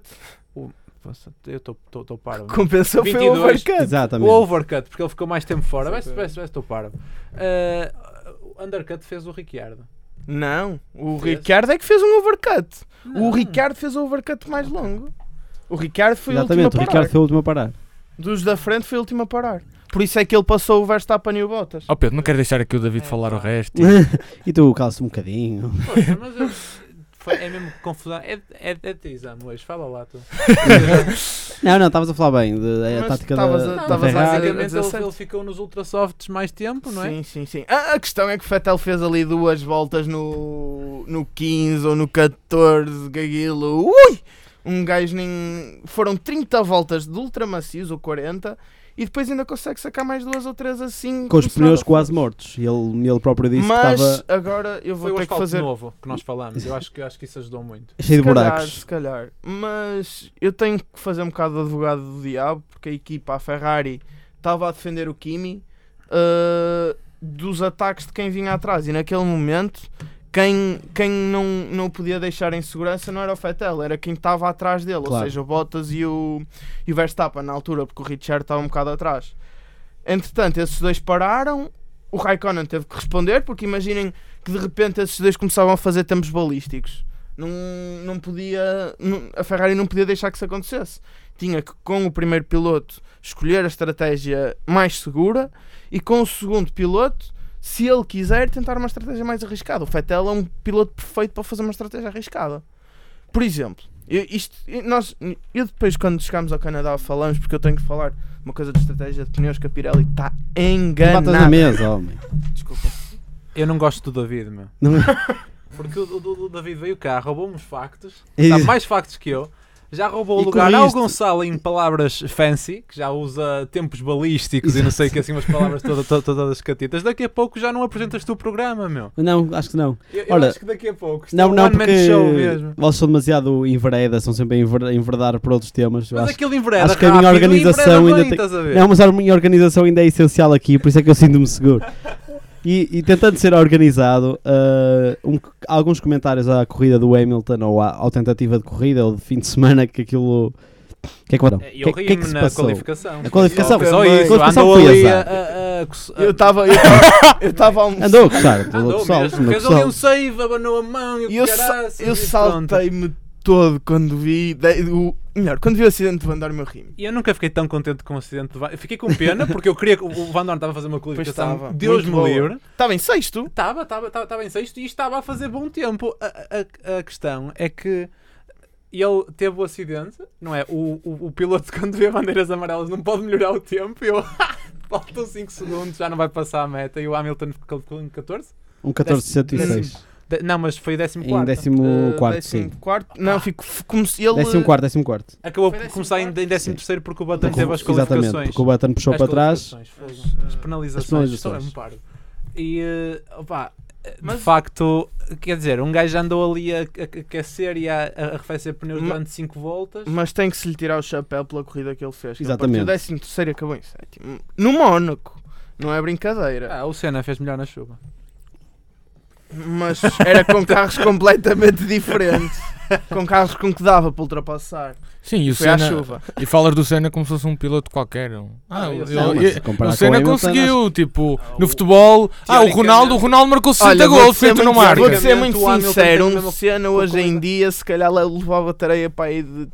Speaker 3: Eu estou parvo.
Speaker 4: O que compensou foi o
Speaker 3: 22.
Speaker 4: overcut.
Speaker 2: Exatamente.
Speaker 3: O overcut, porque ele ficou mais tempo fora. Veste, veste, veste, estou parvo. Ah, o undercut fez o Ricciardo.
Speaker 4: Não, o
Speaker 3: Fez. Ah.
Speaker 4: Ricardo é que fez um overcut.
Speaker 3: Não.
Speaker 4: O Ricardo fez o overcut mais longo. O Ricardo foi o
Speaker 2: Exatamente, o
Speaker 4: último a parar.
Speaker 2: Ricardo foi o último a parar.
Speaker 4: Dos da frente foi o último a parar. Por isso é que ele passou o Verstappen e o Bottas.
Speaker 5: Ó Oh, Pedro, não quero deixar aqui o David falar o resto.
Speaker 2: e tu calça um bocadinho.
Speaker 3: Poxa, mas eu- foi- é mesmo confusão. É, é, é de exame hoje, fala lá tu.
Speaker 2: Não, não, estavas a falar bem de- é a
Speaker 4: Mas
Speaker 2: tática
Speaker 4: estavas
Speaker 2: da,
Speaker 4: a-
Speaker 2: da
Speaker 3: Não,
Speaker 4: estavas
Speaker 3: mas
Speaker 4: a
Speaker 2: Ferrari.
Speaker 4: dizer-
Speaker 3: basicamente ele,
Speaker 4: 17.
Speaker 3: ele ficou nos ultrasofts mais tempo, não é?
Speaker 4: Sim, sim, sim. A, a questão é que Fettel fez ali duas voltas no, no 15 ou no é 14, Gaguilo. Ui! Um gajo nem. Foram 30 voltas de ultramacios ou 40 e depois ainda consegue sacar mais duas ou três assim.
Speaker 2: Com os
Speaker 4: como se nada
Speaker 2: pneus quase
Speaker 4: fosse.
Speaker 2: mortos. Ele, ele próprio disse que
Speaker 4: Mas
Speaker 2: estava
Speaker 4: agora eu
Speaker 3: Foi o
Speaker 4: vou ter que
Speaker 3: asfalto
Speaker 4: fazer.
Speaker 3: novo que nós falamos. Eu acho que, acho que isso ajudou muito.
Speaker 2: cheio de
Speaker 4: se calhar,
Speaker 2: buracos.
Speaker 4: Se calhar, mas eu tenho que fazer um bocado de advogado do diabo, porque a equipa, a Ferrari, estava a defender o Kimi ah, dos ataques de quem vinha atrás. E naquele momento, quem, quem não, não o podia deixar em segurança não era o Fettel, era quem estava atrás dele, ou
Speaker 2: Claro.
Speaker 4: seja, o Bottas e o, e o Verstappen na altura, porque o Richard estava um bocado atrás. Entretanto, esses dois pararam. O Raikkonen teve que responder, porque imaginem que de repente esses dois começavam a fazer tempos balísticos. Não, não podia. não- a Ferrari não podia deixar que isso acontecesse. Tinha que, com o primeiro piloto, escolher a estratégia mais segura e com o segundo piloto, se ele quiser, tentar uma estratégia mais arriscada. O Fettel é um piloto perfeito para fazer uma estratégia arriscada. Por exemplo, eu, isto, eu- nós, eu depois, quando chegámos ao Canadá, falamos, porque eu tenho que falar de uma coisa de estratégia de pneus que a Pirelli está
Speaker 2: Batas na
Speaker 4: enganada.
Speaker 2: mesa, homem.
Speaker 4: Desculpa.
Speaker 3: Eu não gosto do David, meu.
Speaker 2: Não-
Speaker 3: Porque o, o- o David veio cá, roubou-me os factos.
Speaker 2: E-
Speaker 3: Sabe tá mais factos que eu. Já roubou
Speaker 2: E
Speaker 3: o lugar ao
Speaker 2: corriste.
Speaker 3: Gonçalo em palavras fancy, que já usa tempos balísticos e não sei o que, assim, umas palavras todas toda, todas as catitas. Daqui a pouco já não apresentas tu o programa, meu.
Speaker 2: Não, acho que não.
Speaker 3: Eu, eu
Speaker 2: Ora,
Speaker 3: acho que daqui a pouco. isto é
Speaker 2: Não,
Speaker 3: um
Speaker 2: não,
Speaker 3: one-man
Speaker 2: porque
Speaker 3: show mesmo.
Speaker 2: eles são demasiado enveredas, são sempre a enver- enveredar por outros temas. eu
Speaker 3: Mas
Speaker 2: acho.
Speaker 3: aquilo envereda
Speaker 2: acho que a minha
Speaker 3: rápido,
Speaker 2: organização
Speaker 3: envereda
Speaker 2: ainda
Speaker 3: bem,
Speaker 2: tem-
Speaker 3: estás a ver?
Speaker 2: Não, mas a minha organização ainda é essencial aqui, por isso é que eu sinto-me seguro. E, e tentando ser organizado, ah, um- alguns comentários à corrida do Hamilton ou à, à tentativa de corrida ou de fim de semana que aquilo. O que é que,
Speaker 3: É,
Speaker 2: que,
Speaker 3: Eu
Speaker 2: que é que
Speaker 3: rim
Speaker 2: se
Speaker 3: na
Speaker 2: passou?
Speaker 3: qualificação.
Speaker 2: A qualificação.
Speaker 3: Só, só isso,
Speaker 2: Qualificação
Speaker 3: andou
Speaker 2: foi
Speaker 3: ali a,
Speaker 2: azar.
Speaker 3: a- a coçar-
Speaker 4: Eu estava eu tava- eu estava a almoçar.
Speaker 2: Andou a gostar do
Speaker 3: Andou
Speaker 2: pessoal,
Speaker 3: mesmo,
Speaker 2: andou a
Speaker 3: fez ali um
Speaker 2: gostar.
Speaker 3: save, abanou a mão e
Speaker 4: E
Speaker 3: o
Speaker 4: eu, sa-
Speaker 3: caraças, e
Speaker 4: eu
Speaker 3: pronto.
Speaker 4: saltei-me todo quando vi. dei- o, melhor, quando vi o acidente de Vandar meu rimo.
Speaker 3: E eu nunca fiquei tão contente com o acidente de Van... Fiquei com pena porque eu queria que o Van Dorn estava a fazer uma qualificação.
Speaker 4: estava,
Speaker 3: Deus
Speaker 4: muito
Speaker 3: me
Speaker 4: boa.
Speaker 3: livre.
Speaker 4: Estava em Tá sexto.
Speaker 3: Estava, estava, estava, estava em sexto e estava a fazer bom tempo. A, a- a- a questão é que ele teve o acidente, não é? O, o, o piloto, quando vê bandeiras amarelas, não pode melhorar o tempo. E eu, faltam 5 segundos, já não vai passar a meta. E o Hamilton ficou com 14?
Speaker 2: Um 1406.
Speaker 3: De- não, mas foi o 14.
Speaker 2: Em
Speaker 3: Uh,
Speaker 2: 14, sim.
Speaker 4: Décimo Eh, um quarto. Não, fico. f- Como se ele.
Speaker 2: 14, 14.
Speaker 3: Acabou
Speaker 4: Foi
Speaker 3: por
Speaker 4: décimo
Speaker 3: começar em
Speaker 4: quarto?
Speaker 3: 13
Speaker 2: Sim.
Speaker 3: terceiro porque o Button teve as qualificações.
Speaker 2: Exatamente, porque o Button puxou
Speaker 3: As
Speaker 2: para trás.
Speaker 3: qualificações, fogo.
Speaker 4: As,
Speaker 3: As
Speaker 4: eh,
Speaker 2: as
Speaker 3: penalizações.
Speaker 2: penalizações.
Speaker 3: Isto é um paro. E, eh, opá,
Speaker 4: Mas-
Speaker 3: de facto, quer dizer, um gajo andou ali a, a- a aquecer e a, a arrefecer pneus
Speaker 4: Ma-
Speaker 3: durante 5 voltas.
Speaker 4: Mas tem que se lhe tirar o chapéu pela corrida que ele fez.
Speaker 2: Exatamente.
Speaker 4: Ele partiu do 13 acabou em sétimo. No Mónaco. Não é brincadeira.
Speaker 3: Ah, o Senna fez melhor na chuva.
Speaker 4: Mas era com carros completamente diferentes. Com carros com que dava para ultrapassar.
Speaker 5: Sim, e o
Speaker 4: Foi à
Speaker 5: Senna-
Speaker 4: chuva.
Speaker 5: E falas do Senna como se fosse um piloto qualquer. um- Ah,
Speaker 3: Ah,
Speaker 5: eu,
Speaker 3: eu sei.
Speaker 5: eu-
Speaker 2: Não, mas
Speaker 5: eu-
Speaker 2: se comparar
Speaker 5: o
Speaker 2: com o
Speaker 5: Senna
Speaker 2: Hamilton,
Speaker 5: conseguiu, tipo,
Speaker 3: Ah,
Speaker 5: no
Speaker 3: o-
Speaker 5: futebol. Ah, o
Speaker 3: teoricamente-
Speaker 5: Ronaldo, o Ronaldo marcou 60
Speaker 4: Olha,
Speaker 5: gols,
Speaker 4: vou-te
Speaker 5: feito
Speaker 4: ser
Speaker 5: no
Speaker 4: muito-
Speaker 5: marca.
Speaker 4: Vou-te ser muito
Speaker 3: O Hamilton
Speaker 4: sincero,
Speaker 3: tem a
Speaker 4: um
Speaker 3: mesma
Speaker 4: Senna hoje em
Speaker 3: coisa.
Speaker 4: dia, se calhar ele levava tareia para aí de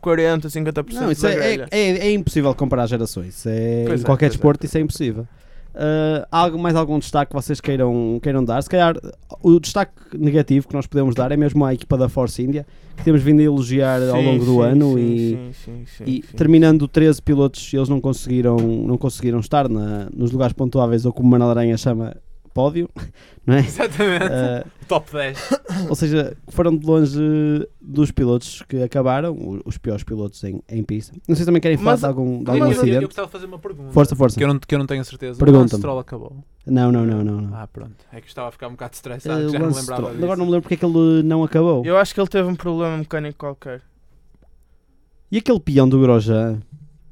Speaker 4: 40, 50%
Speaker 2: Não, isso
Speaker 4: da
Speaker 2: é,
Speaker 4: grelha.
Speaker 2: é, é- é impossível comparar gerações. Isso é-
Speaker 4: Pois
Speaker 2: em
Speaker 4: é,
Speaker 2: qualquer
Speaker 4: pois é.
Speaker 2: desporto isso é impossível. Ah, há algo- mais algum destaque que vocês queiram, queiram dar? Se calhar o destaque negativo que nós podemos dar é mesmo à equipa da Force India, que temos vindo a elogiar ao
Speaker 4: Sim,
Speaker 2: longo do
Speaker 4: sim,
Speaker 2: ano
Speaker 4: sim,
Speaker 2: e,
Speaker 4: sim, sim, sim,
Speaker 2: e
Speaker 4: sim.
Speaker 2: terminando 13 pilotos, eles não conseguiram, não conseguiram estar na- nos lugares pontuáveis ou como Manuel Aranha chama, pódio, não é?
Speaker 3: Exatamente.
Speaker 2: Ah,
Speaker 3: Top 10.
Speaker 2: ou seja, foram de longe dos pilotos que acabaram, o- os piores pilotos em, em pista. Não sei se também querem falar
Speaker 4: Mas-
Speaker 2: de algum, de
Speaker 3: Eu,
Speaker 2: algum
Speaker 3: eu, eu
Speaker 2: acidente.
Speaker 3: gostava de fazer uma pergunta.
Speaker 2: Força, força.
Speaker 3: Que eu, não, que eu não tenho certeza. O
Speaker 2: Pergunta-me.
Speaker 3: Lance Stroll acabou.
Speaker 2: Não, não, não, não. não.
Speaker 3: Ah, pronto. É que estava a ficar um bocado
Speaker 2: Eh,
Speaker 3: estressado, já não
Speaker 2: Lance
Speaker 3: lembrava
Speaker 2: Stroll.
Speaker 3: disso.
Speaker 2: Agora não me lembro porque é que ele não acabou.
Speaker 4: Eu acho que ele teve um problema mecânico qualquer.
Speaker 2: E aquele peão do Grosjean?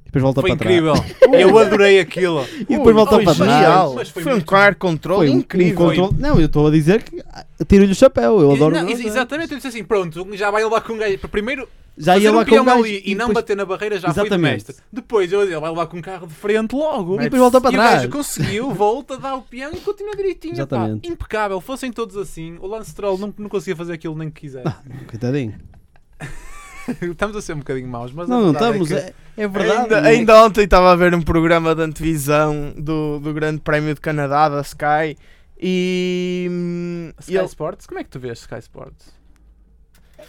Speaker 2: Depois volta
Speaker 3: Foi
Speaker 2: para
Speaker 3: incrível. eu adorei aquilo.
Speaker 2: trás. E depois
Speaker 4: Ui,
Speaker 2: volta
Speaker 4: foi
Speaker 2: para trás.
Speaker 4: genial.
Speaker 3: Mas foi
Speaker 4: Foi um
Speaker 3: muito-
Speaker 4: car control
Speaker 2: Foi um- um
Speaker 4: incrível.
Speaker 2: controle- Não, eu estou a dizer que ah, tiro-lhe o chapéu. Eu
Speaker 3: E-
Speaker 2: adoro. o
Speaker 3: não, ex-
Speaker 2: Grosjean.
Speaker 3: exatamente, eu disse assim: pronto, já vai levar com um gajo. Primeiro,
Speaker 2: Já
Speaker 3: fazer
Speaker 2: ia
Speaker 3: um
Speaker 2: lá com o
Speaker 3: peão
Speaker 2: gajo
Speaker 3: ali e, não
Speaker 2: depois-
Speaker 3: bater na barreira já foi de
Speaker 2: Exatamente.
Speaker 3: mestre. Depois eu, ele vai levar com um carro de frente logo.
Speaker 2: E depois volta para
Speaker 3: e o
Speaker 2: trás.
Speaker 3: gajo conseguiu, volta, dá o peão e continua direitinho. pá.
Speaker 2: Exatamente.
Speaker 3: Impecável. Fossem todos assim, o Lance Troll não, não conseguia fazer aquilo nem que quiser.
Speaker 2: Coitadinho.
Speaker 3: estamos a ser um bocadinho maus, mas. a
Speaker 2: Não, não
Speaker 3: verdade
Speaker 2: estamos.
Speaker 3: É
Speaker 2: É, é verdade.
Speaker 4: Ainda,
Speaker 2: não é?
Speaker 4: ainda ontem estava a ver um programa de antevisão do, do Grande Prémio de Canadá, da Sky, e. hum,
Speaker 3: que Sky
Speaker 4: ele-
Speaker 3: Sports? Como é que tu vês Sky Sports?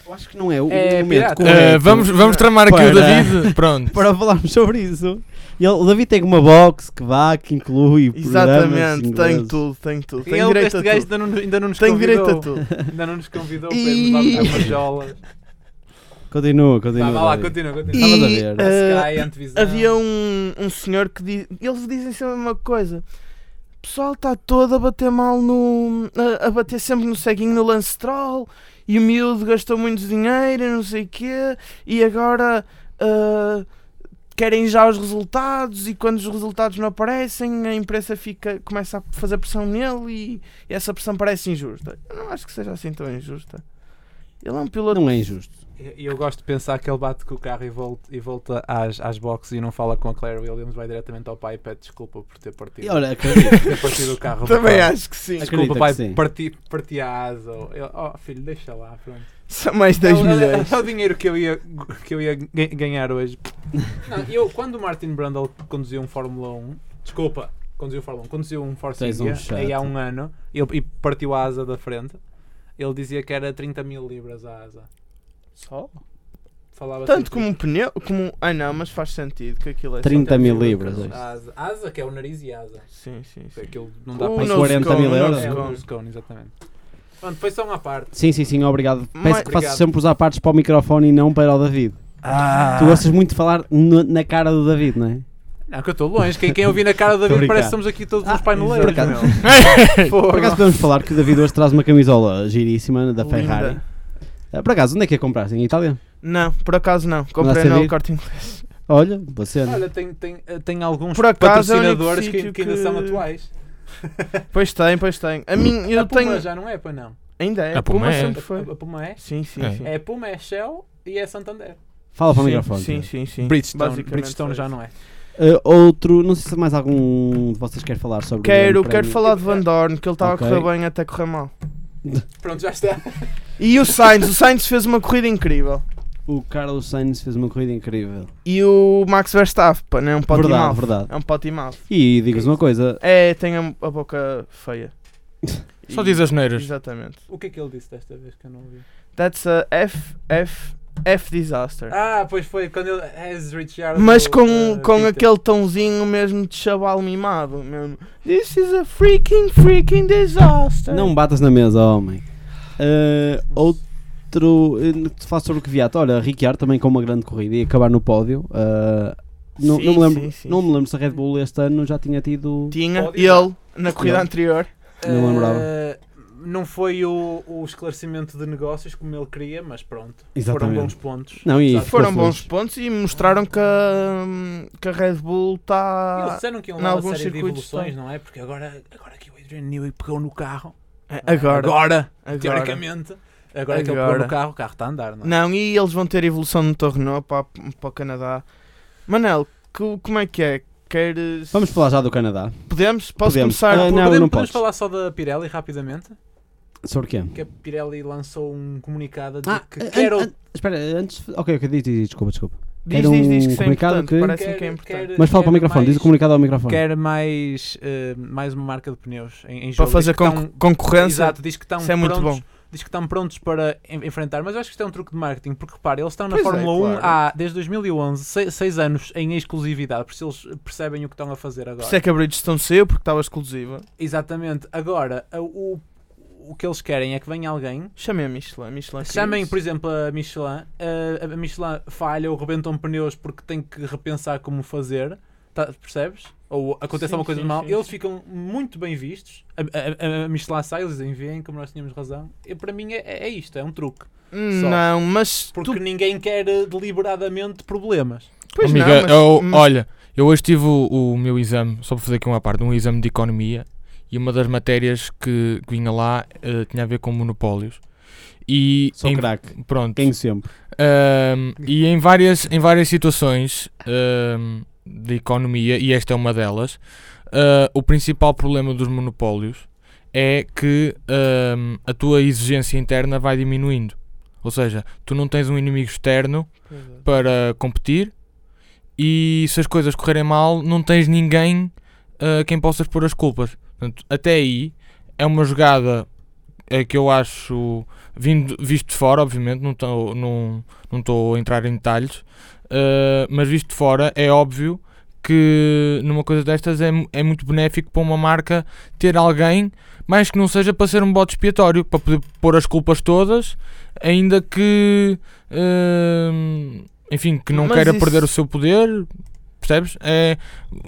Speaker 2: Eu acho que não é o,
Speaker 3: É
Speaker 2: o momento
Speaker 3: pirata.
Speaker 2: correto.
Speaker 5: Eh, vamos, vamos tramar aqui o
Speaker 2: Para.
Speaker 5: David. Pronto.
Speaker 2: Para falarmos sobre isso. Ele, o David tem uma box que vá, que inclui. programas
Speaker 4: Exatamente,
Speaker 2: ingleses.
Speaker 4: tenho tudo, tenho tudo.
Speaker 3: Ele,
Speaker 4: Tenho direito
Speaker 3: este
Speaker 4: a
Speaker 3: gajo
Speaker 4: tudo.
Speaker 3: ainda não, ainda não nos
Speaker 4: Tenho
Speaker 3: convidou.
Speaker 4: direito a tudo.
Speaker 3: Ainda não nos convidou
Speaker 4: E-
Speaker 3: para irmos lá buscar umas jolas.
Speaker 2: Continua,
Speaker 3: Vá,
Speaker 2: continua.
Speaker 3: vá lá,
Speaker 2: David.
Speaker 3: continua, continua.
Speaker 2: Estavas a
Speaker 4: E,
Speaker 2: ver.
Speaker 4: eh,
Speaker 3: Sky, Antevisão.
Speaker 4: havia um, um senhor que diz, eles dizem sempre a mesma coisa. O pessoal está todo a bater mal no. a, a bater sempre no ceguinho no Lance Troll e o miúdo gastou muito dinheiro e não sei o quê e agora ah, querem já os resultados e quando os resultados não aparecem a imprensa fica, começa a fazer pressão nele e, e essa pressão parece injusta. Eu não acho que seja assim tão injusta. Ele é um piloto.
Speaker 2: Não é injusto.
Speaker 3: E eu gosto de pensar que ele bate com o carro e volta, e volta às, às boxes e não fala com a Claire Williams, vai diretamente ao pai e pede desculpa por ter partido,
Speaker 2: E olha, acredito,
Speaker 3: por ter partido o carro.
Speaker 4: Também
Speaker 3: Pá,
Speaker 4: acho que sim.
Speaker 2: Acredita
Speaker 3: Desculpa,
Speaker 2: que
Speaker 3: pai,
Speaker 2: sim.
Speaker 3: parti, parti a asa. ou- eu- oh, filho, deixa lá, pronto.
Speaker 4: São mais
Speaker 3: É
Speaker 4: 10
Speaker 3: o- é,
Speaker 4: milhões.
Speaker 3: o- é o dinheiro que eu ia, que eu ia ga- ganhar hoje. Não, eu, quando o Martin Brundle conduziu um Fórmula 1, desculpa, conduziu um Fórmula 1, conduziu um Force
Speaker 2: Tens um
Speaker 3: India
Speaker 2: chato.
Speaker 3: aí há um ano ele, e partiu a asa da frente, ele dizia que era 30 mil libras a asa. é.
Speaker 4: Só?
Speaker 3: Falava
Speaker 4: Tanto
Speaker 3: sempre
Speaker 4: como um pneu, como um- Ah não, mas faz sentido que aquilo é. só
Speaker 2: 30 mil
Speaker 4: tempo de
Speaker 2: libras,
Speaker 4: educação.
Speaker 2: é.
Speaker 3: A asa, asa, que é o nariz e a asa.
Speaker 4: Sim, sim, sim.
Speaker 3: Aquilo não dá
Speaker 4: O
Speaker 2: nose
Speaker 3: para isso.
Speaker 2: 40 mil
Speaker 4: cone, o
Speaker 2: euros.
Speaker 4: nose
Speaker 3: É o
Speaker 4: cone.
Speaker 3: nose cone, exatamente. Pronto, foi só uma parte.
Speaker 2: Sim, sim, sim, obrigado. Peço
Speaker 4: Mas-
Speaker 2: que faças
Speaker 3: Obrigado.
Speaker 2: sempre usar partes para o microfone e não para o David. Tu gostas muito de falar no- na cara do David, não é?
Speaker 3: Não, que eu estou longe. Quem, quem ouvir na cara
Speaker 2: Tô
Speaker 3: da David
Speaker 2: brincando.
Speaker 3: parece que estamos aqui todos os paineleiros.
Speaker 2: por acaso-
Speaker 3: meu.
Speaker 2: Por acaso podemos falar que o David hoje traz uma camisola giríssima da Ferrari.
Speaker 4: Linda.
Speaker 2: Ah, Por acaso, onde é que a compraste? Em Itália?
Speaker 4: Não, por acaso não. Comprei
Speaker 2: Não dá a
Speaker 4: no
Speaker 2: saber?
Speaker 4: corte inglês.
Speaker 2: Olha, você. né?
Speaker 3: Olha, tem, tem, eh, tem alguns
Speaker 4: Por acaso, é o único
Speaker 3: patrocinadores que,
Speaker 4: sítio
Speaker 3: que ainda são
Speaker 4: que-
Speaker 3: atuais.
Speaker 4: Pois tem, pois tem. A mim, eu
Speaker 3: a Puma
Speaker 4: tenho.
Speaker 3: já não é, pois não.
Speaker 4: Ainda é.
Speaker 5: A Puma é.
Speaker 4: sempre foi.
Speaker 3: A, a Puma é?
Speaker 4: Sim, sim,
Speaker 5: É.
Speaker 4: sim.
Speaker 3: É Puma, é Shell e é Santander.
Speaker 2: Fala para o
Speaker 4: Sim,
Speaker 2: microfone.
Speaker 4: Sim,
Speaker 2: David.
Speaker 4: sim, sim.
Speaker 3: Bridgestone,
Speaker 4: Basicamente
Speaker 3: Bridgestone
Speaker 4: foi
Speaker 3: já
Speaker 4: isso.
Speaker 3: não é.
Speaker 2: Ah, outro, não sei se mais algum de vocês quer falar sobre o
Speaker 4: Quero,
Speaker 2: Grande
Speaker 4: quero
Speaker 2: Prémio.
Speaker 4: falar de Van Dorn, que ele estava
Speaker 2: Ok.
Speaker 4: a correr bem até correr mal.
Speaker 3: Pronto, já está.
Speaker 4: E o Sainz, o Sainz fez uma corrida incrível.
Speaker 2: O Carlos Sainz fez uma corrida incrível.
Speaker 4: E o Max Verstappen é um pote
Speaker 2: verdade,
Speaker 4: mau.
Speaker 2: verdade.
Speaker 4: É um pote mau.
Speaker 2: E digo-vos uma coisa:
Speaker 4: É, tem a, a boca feia.
Speaker 5: Só
Speaker 4: E-
Speaker 5: diz as neiras.
Speaker 4: Exatamente.
Speaker 3: O que é que ele disse desta vez que eu não ouvi?
Speaker 4: That's a F, F, F disaster.
Speaker 3: Ah, pois foi, quando ele. As Richard.
Speaker 4: Mas
Speaker 3: eh,
Speaker 4: com, com aquele tonzinho mesmo de chaval mimado mesmo. This is a freaking, freaking disaster.
Speaker 2: não batas na mesa, homem. Ah, outro, eh, te faço sobre o que viato. Olha, Ricciardo também com uma grande corrida e acabar no pódio. Ah, não,
Speaker 4: Sim,
Speaker 2: não me lembro,
Speaker 4: sim, sim,
Speaker 2: não me
Speaker 4: sim.
Speaker 2: lembro se a Red Bull este ano já tinha tido.
Speaker 4: Tinha
Speaker 3: Pode ir lá.
Speaker 4: ele na corrida
Speaker 2: Não.
Speaker 4: anterior.
Speaker 2: Não lembrava.
Speaker 3: Eh, não foi o, o esclarecimento de negócios como ele queria, mas pronto.
Speaker 2: Exatamente.
Speaker 3: Foram bons pontos.
Speaker 2: Não, e
Speaker 3: Exato.
Speaker 2: ficou
Speaker 4: Foram bons
Speaker 2: feliz.
Speaker 4: pontos e mostraram que a, que a Red Bull tá
Speaker 3: E Eles
Speaker 4: está.
Speaker 3: disseram que iam
Speaker 4: em
Speaker 3: lá uma
Speaker 4: alguns
Speaker 3: série de
Speaker 4: circuitos
Speaker 3: evoluções,
Speaker 4: estão.
Speaker 3: não é? Porque agora, agora que o Adrian Newey pegou no carro.
Speaker 4: É, Agora,
Speaker 3: Agora,
Speaker 4: agora.
Speaker 3: teoricamente. Agora, que ele pegou
Speaker 4: Agora.
Speaker 3: no carro, o carro está a andar, não é?
Speaker 4: Não, e eles vão ter evolução no Torneio para, para o Canadá. Manel, que- como é que é? Queres.
Speaker 2: Vamos falar já do Canadá.
Speaker 4: Podemos? Posso
Speaker 2: Podemos.
Speaker 4: começar?
Speaker 2: Ah,
Speaker 4: por-
Speaker 2: não,
Speaker 3: podemos,
Speaker 2: não
Speaker 3: podemos
Speaker 2: podes.
Speaker 3: falar só da Pirelli rapidamente?
Speaker 2: Sobre o quê?
Speaker 3: Que a Pirelli lançou um comunicado de
Speaker 2: Ah,
Speaker 3: que
Speaker 2: an-
Speaker 3: quer,
Speaker 2: an-
Speaker 3: o-
Speaker 2: an- espera, antes. Ok, ok, diz, diz, diz, desculpa, desculpa.
Speaker 4: Diz,
Speaker 2: Era
Speaker 4: diz,
Speaker 2: um
Speaker 4: diz que isso é
Speaker 2: comunicado
Speaker 4: importante.
Speaker 2: que-
Speaker 4: Parece-me que é
Speaker 3: quer-
Speaker 4: importante.
Speaker 3: quer-
Speaker 2: Mas fala para o
Speaker 3: quer
Speaker 2: microfone, diz o
Speaker 3: mais-
Speaker 2: comunicado ao microfone.
Speaker 3: Quer mais, eh, mais uma marca de pneus em, em
Speaker 4: Para
Speaker 3: jogo. é um
Speaker 4: fazer
Speaker 3: Diz que
Speaker 4: concu-
Speaker 3: estão-
Speaker 4: concorrência.
Speaker 3: Exato, diz que estão
Speaker 4: Isso é muito
Speaker 3: prontos,
Speaker 4: bom.
Speaker 3: Diz que estão prontos para en- enfrentar, mas eu acho que isto é um truque de marketing, porque repare, eles estão na
Speaker 4: Pois é,
Speaker 3: Fórmula 1
Speaker 4: claro.
Speaker 3: há, desde 2011, 6 anos em exclusividade, por isso eles percebem o que estão a fazer
Speaker 4: Por
Speaker 3: agora.
Speaker 4: isso é que a Bridgestone saiu, porque estava exclusiva.
Speaker 3: Exatamente. Agora, a- o, o que eles querem é que venha alguém.
Speaker 4: Chamei a Michelin. Michelin queria
Speaker 3: Chamem,
Speaker 4: isso.
Speaker 3: por exemplo, a Michelin. A, a Michelin falha ou rebentam pneus porque tem que repensar como fazer. Tá- percebes? Ou acontece
Speaker 4: Sim,
Speaker 3: alguma coisa
Speaker 4: sim,
Speaker 3: de mal.
Speaker 4: sim,
Speaker 3: eles
Speaker 4: sim.
Speaker 3: ficam muito bem vistos. A, a- a- a Michelin sai, eles dizem, veem como nós tínhamos razão. E para mim é, é isto, é um truque. só.
Speaker 4: Hum, Não, mas.
Speaker 3: Porque
Speaker 4: tu...
Speaker 3: ninguém quer eh, deliberadamente problemas.
Speaker 4: Pois
Speaker 5: Amiga,
Speaker 4: não, mas- hum.
Speaker 5: eu-
Speaker 4: mas-
Speaker 5: olha, eu hoje tive o, o meu exame, só para fazer aqui uma parte, um exame de economia e uma das matérias que, que vinha lá eh, tinha a ver com monopólios. E
Speaker 2: Sou
Speaker 5: em-
Speaker 2: craque.
Speaker 5: pronto.
Speaker 2: Quem sempre.
Speaker 5: Ahm, e em várias, em várias situações ahm, de economia, e esta é uma delas, ah, o principal problema dos monopólios é que ahm, a tua exigência interna vai diminuindo. Ou seja, tu não tens um inimigo externo para competir e se as coisas correrem mal, não tens ninguém ah, a quem possas pôr as culpas. Portanto, até aí é uma jogada eh, que eu acho, vindo, visto de fora, obviamente, não estou não, não tô a entrar em detalhes, eh, mas visto de fora é óbvio que numa coisa destas é, mu- é muito benéfico para uma marca ter alguém, mas que não seja para ser um bode expiatório, para poder pôr as culpas todas, ainda que. hum, enfim, que não
Speaker 4: Mas
Speaker 5: queira
Speaker 4: isso-
Speaker 5: perder o seu poder. Percebes? É,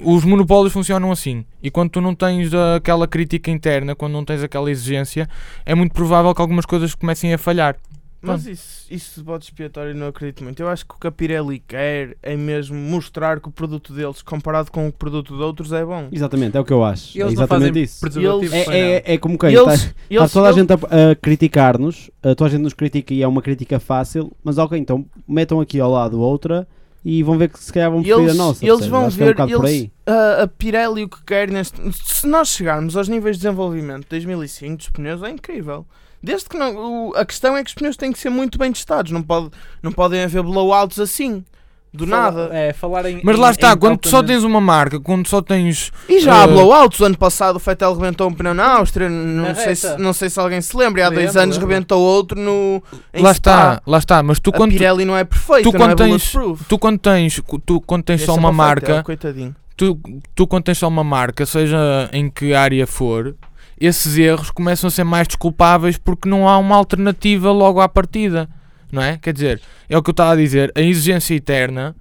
Speaker 5: os monopólios funcionam assim. E quando tu não tens aquela crítica interna, quando não tens aquela exigência, é muito provável que algumas coisas comecem a falhar.
Speaker 4: Mas isso, isso de bode expiatório não acredito muito. Eu acho que o que a Pirelli quer é mesmo mostrar que o produto deles, comparado com o produto de outros, é bom.
Speaker 2: Exatamente, é o que eu acho.
Speaker 3: Eles
Speaker 2: é
Speaker 3: não fazem
Speaker 2: exatamente isso.
Speaker 3: preservativos.
Speaker 4: Eles-
Speaker 2: É,
Speaker 3: pois não.
Speaker 2: é- é como quem
Speaker 4: E eles-
Speaker 2: estás-
Speaker 4: E
Speaker 2: Está
Speaker 4: eles-
Speaker 2: toda a
Speaker 4: eles-
Speaker 2: gente a, a criticar-nos, a toda a gente nos critica e é uma crítica fácil, mas ok, então metam aqui ao lado outra e vão ver que se calhar vão
Speaker 4: E
Speaker 2: preferir
Speaker 4: eles-
Speaker 2: a nossa.
Speaker 4: e eles
Speaker 2: percebes?
Speaker 4: vão
Speaker 2: Acho que é um
Speaker 4: ver-
Speaker 2: bocado por
Speaker 4: eles- uh,
Speaker 2: aí.
Speaker 4: a, a Pirelli o que quer neste. Se nós chegarmos aos níveis de desenvolvimento de 2005 dos pneus, é incrível. Desde que não. o- a questão é que os pneus têm que ser muito bem testados, não, pode, não podem haver blowouts assim, do
Speaker 3: Fala-
Speaker 4: nada.
Speaker 3: É, falar em,
Speaker 5: Mas lá
Speaker 3: em-
Speaker 5: está,
Speaker 3: em
Speaker 5: quando tu só
Speaker 3: altamente-
Speaker 5: tens uma marca, quando só tens.
Speaker 4: E já há
Speaker 5: Eh,
Speaker 4: blowouts. O ano passado o Fettel rebentou um pneu na Áustria. Não,
Speaker 3: Na
Speaker 4: sei se,
Speaker 3: reta.
Speaker 4: não sei se alguém se lembra. e Há dois
Speaker 3: É, Lembro,
Speaker 4: anos
Speaker 3: lembro.
Speaker 4: rebentou outro no. em
Speaker 5: lá
Speaker 4: Spa.
Speaker 5: está, lá está. Mas tu
Speaker 4: a
Speaker 5: quando,
Speaker 4: Pirelli não é perfeita,
Speaker 5: tu
Speaker 4: não é
Speaker 5: quando tens-
Speaker 4: bulletproof.
Speaker 5: tu quando tens, tu quando tens só
Speaker 4: Esse é
Speaker 5: uma
Speaker 4: para o Fettel,
Speaker 5: marca,
Speaker 4: coitadinho.
Speaker 5: tu, tu quando tens só uma marca, seja em que área for, esses erros começam a ser mais desculpáveis porque não há uma alternativa logo à partida, não é? Quer dizer, é o que eu estava a dizer, a exigência eterna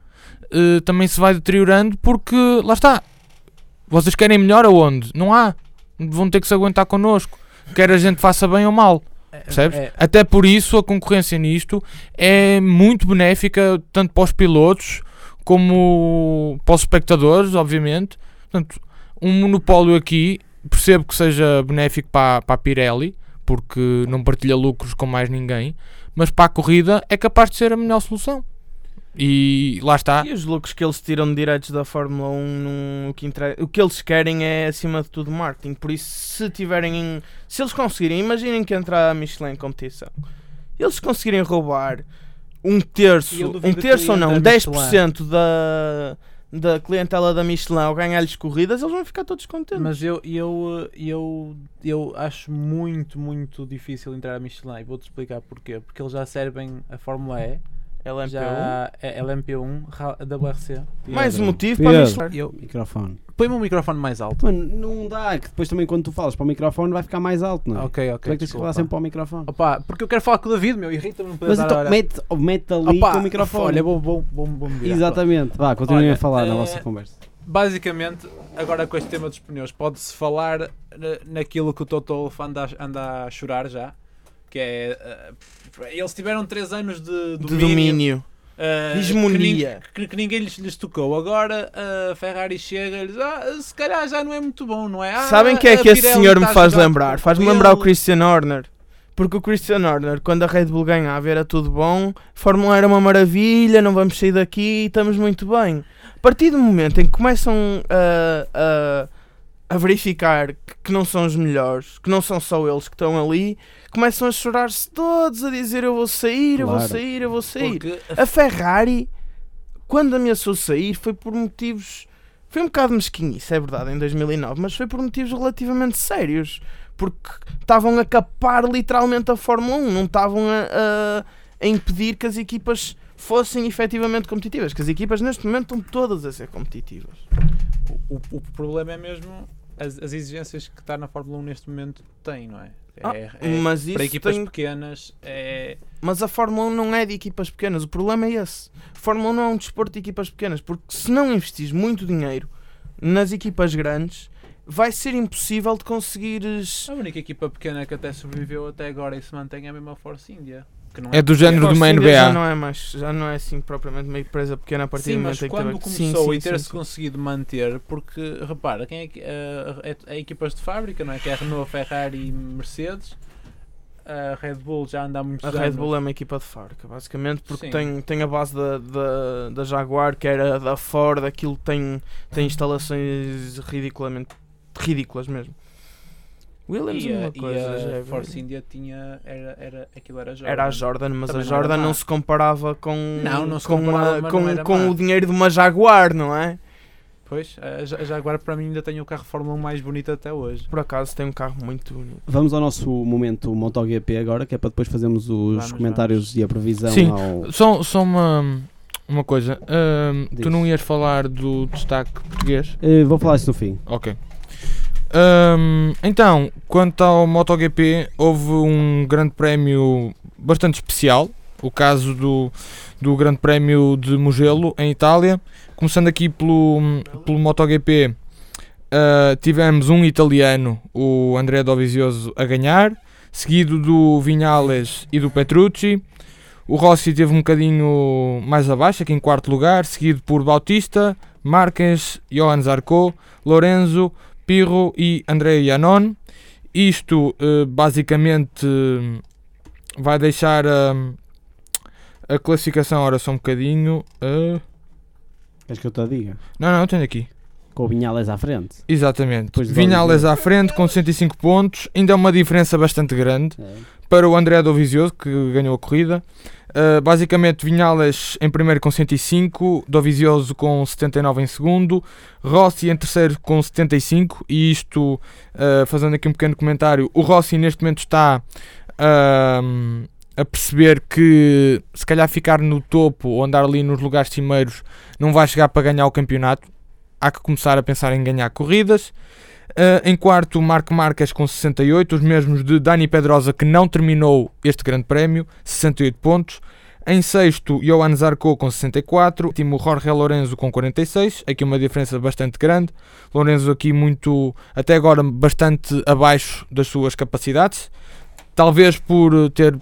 Speaker 5: eh, também se vai deteriorando porque, lá está, vocês querem melhor aonde? Não há. Vão ter que se aguentar connosco, quer a gente faça bem ou mal. Percebes?
Speaker 3: É,
Speaker 5: Até por isso a concorrência nisto é muito benéfica, tanto para os pilotos como para os espectadores, obviamente. Portanto, um monopólio aqui percebo que seja benéfico para, para a Pirelli, porque não partilha lucros com mais ninguém, mas para a corrida é capaz de ser a melhor solução. E lá está.
Speaker 4: E os lucros que eles tiram de direitos da Fórmula 1, não- o, que inter- o que eles querem é, acima de tudo, marketing. Por isso, se tiverem. em- Se eles conseguirem, imaginem que entra a Michelin em competição. Eles conseguirem roubar
Speaker 3: E
Speaker 4: um
Speaker 3: eu
Speaker 4: terço,
Speaker 3: duvido
Speaker 4: um
Speaker 3: que
Speaker 4: terço ou
Speaker 3: entre
Speaker 4: não,
Speaker 3: a
Speaker 4: 10% da, da clientela da Michelin ao ganhar-lhes corridas, eles vão ficar todos contentes.
Speaker 3: Mas eu, eu, eh, eu, eu acho muito, muito difícil entrar a Michelin e vou-te explicar porquê. Porque eles já servem a Fórmula E,
Speaker 4: LMP1.
Speaker 3: já é LMP1, Ra- WRC.
Speaker 4: Mais um motivo para a
Speaker 2: Pedro.
Speaker 4: Michelin.
Speaker 3: Eu-
Speaker 2: Microfone.
Speaker 3: Põe-me um microfone mais alto.
Speaker 2: Mano, não dá, que depois também quando tu falas para o microfone vai ficar mais alto, não é?
Speaker 3: Ok,
Speaker 2: Tu é
Speaker 3: ok.
Speaker 2: que tens que
Speaker 3: desculpa.
Speaker 2: falar sempre para o microfone.
Speaker 3: Opa, porque eu quero falar com o David, meu, irrita-me não poder
Speaker 2: Mas
Speaker 3: dar
Speaker 2: então
Speaker 3: hora.
Speaker 2: mete, mete ali
Speaker 3: Opa,
Speaker 2: com o microfone.
Speaker 3: Olha, vou, vou, vou, vou me virar.
Speaker 2: Exatamente, vá, continuem
Speaker 3: Olha,
Speaker 2: a falar na
Speaker 3: eh,
Speaker 2: vossa conversa.
Speaker 3: Basicamente, agora com este tema dos pneus, pode-se falar na- naquilo que o Toto Wolff anda, a- anda a chorar já, que é... eh, eles tiveram 3 anos de
Speaker 4: De domínio.
Speaker 3: eh,
Speaker 4: De hegemonia.
Speaker 3: Que, nin- que- que ninguém lhes, lhes tocou. Agora a Ferrari chega e lhes ah, se calhar já não é muito bom, não é? Ah,
Speaker 4: Sabem que é
Speaker 3: a
Speaker 4: que esse
Speaker 3: Pirelli
Speaker 4: senhor me
Speaker 3: está a
Speaker 4: faz
Speaker 3: jogar
Speaker 4: lembrar?
Speaker 3: com
Speaker 4: Faz-me lembrar o
Speaker 3: ele.
Speaker 4: Christian Horner. Porque o Christian Horner, quando a Red Bull ganhava, era tudo bom, a Fórmula 1 era uma maravilha, não vamos sair daqui, estamos muito bem. A partir do momento em que começam a, a, a verificar que, que não são os melhores, que não são só eles que estão ali, começam a chorar-se todos, a dizer eu vou sair, eu vou
Speaker 2: Claro.
Speaker 4: sair, eu vou sair.
Speaker 3: Porque
Speaker 4: A Ferrari, quando ameaçou sair, foi por motivos. Foi um bocado mesquinhice, é verdade, em 2009, mas foi por motivos relativamente sérios. Porque estavam a capar literalmente a Fórmula 1, não estavam a, a- a impedir que as equipas fossem efetivamente competitivas. Que as equipas neste momento estão todas a ser competitivas.
Speaker 3: o, o- o problema é mesmo as, as exigências que está na Fórmula 1 neste momento tem, não é? É-
Speaker 4: Ah,
Speaker 3: é-
Speaker 4: mas isso
Speaker 3: para equipas
Speaker 4: tem-
Speaker 3: pequenas é.
Speaker 4: Mas a Fórmula 1 não é de equipas pequenas, o problema é esse. A Fórmula 1 não é um desporto de equipas pequenas, porque se não investis muito dinheiro nas equipas grandes, vai ser impossível de conseguires.
Speaker 3: A única equipa pequena que até sobreviveu até agora e se mantém é a mesma Force India. Que não é,
Speaker 5: É do género de uma
Speaker 4: Force India Já
Speaker 5: NBA.
Speaker 4: não é mais, já não é assim propriamente uma empresa pequena a partir
Speaker 3: Sim,
Speaker 4: do
Speaker 3: mas
Speaker 4: momento em que
Speaker 3: quando
Speaker 4: teve-
Speaker 3: começou
Speaker 4: sim,
Speaker 3: e
Speaker 4: sim,
Speaker 3: ter-se
Speaker 4: sim.
Speaker 3: conseguido manter, porque repara, quem é, que- eh, é, é equipas de fábrica, não é? Que é a Renault, Ferrari e Mercedes. A Red Bull já anda há muitos
Speaker 4: A
Speaker 3: anos.
Speaker 4: Red Bull é uma equipa de fábrica, basicamente, porque
Speaker 3: Sim.
Speaker 4: tem, tem a base da, da, da Jaguar, que era da Ford, aquilo tem,
Speaker 3: Uhum.
Speaker 4: tem instalações ridiculamente ridículas mesmo. Williams
Speaker 3: e
Speaker 4: é
Speaker 3: a,
Speaker 4: uma
Speaker 3: e
Speaker 4: coisa,
Speaker 3: a
Speaker 4: já é
Speaker 3: Force
Speaker 4: verdade.
Speaker 3: India tinha. Era, era, aquilo era Jordan.
Speaker 4: Era a Jordan,
Speaker 3: Também
Speaker 4: mas a
Speaker 3: não era
Speaker 4: Jordan
Speaker 3: má.
Speaker 4: não se comparava com,
Speaker 3: Não, não se
Speaker 4: com,
Speaker 3: comparava,
Speaker 4: uma-
Speaker 3: mas
Speaker 4: com,
Speaker 3: não era
Speaker 4: com
Speaker 3: má.
Speaker 4: o dinheiro de uma Jaguar, não é?
Speaker 3: Pois, eh, a Ja- a Jaguar para mim ainda tem o carro Fórmula 1 mais bonito até hoje.
Speaker 4: Por acaso tem um carro muito bonito.
Speaker 2: Vamos ao nosso momento MotoGP agora, que é para depois fazermos os
Speaker 3: Vamos,
Speaker 2: comentários e a previsão
Speaker 5: Sim.
Speaker 2: ao.
Speaker 5: Só, só uma, Uma coisa, hum,
Speaker 2: Diz.
Speaker 5: tu não ias falar do destaque português?
Speaker 2: Eh, vou falar isso no fim.
Speaker 5: Ok. Hum, então, quanto ao MotoGP, houve um grande prémio bastante especial. O caso do, do grande prémio de Mugello, em Itália. Começando aqui pelo, pelo MotoGP, ah, tivemos um italiano, o André Dovizioso, a ganhar. Seguido do Vinales e do Petrucci. O Rossi teve um bocadinho mais abaixo, aqui em quarto lugar. Seguido por Bautista, Marques, Johan Zarco, Lorenzo, Pirro e André Ianon. Isto eh, basicamente eh, vai deixar hum, a classificação. Ora, só um bocadinho. eh,
Speaker 2: Queres que eu te diga?
Speaker 5: não, não, tenho aqui.
Speaker 2: Com o Vinhales à frente.
Speaker 5: Exatamente.
Speaker 2: Pois vale,
Speaker 5: Vinhales à frente com 105 pontos. Ainda é uma diferença bastante grande
Speaker 2: É.
Speaker 5: para o André Dovizioso, que ganhou a corrida. Uh, basicamente, Vinhales em primeiro com 105, Dovizioso com 79 em segundo, Rossi em terceiro com 75. E isto, uh, fazendo aqui um pequeno comentário, o Rossi neste momento está um, a perceber que se calhar ficar no topo ou andar ali nos lugares cimeiros não vai chegar para ganhar o campeonato. Há que começar a pensar em ganhar corridas. Uh, em quarto, Marco Marques com 68, os mesmos de Dani Pedrosa, que não terminou este grande prémio, 68 pontos. Em sexto, Johan Zarco com 64, último Jorge Lorenzo com 46, aqui uma diferença bastante grande. Lorenzo aqui muito, até agora, bastante abaixo das suas capacidades. Talvez por eh, ter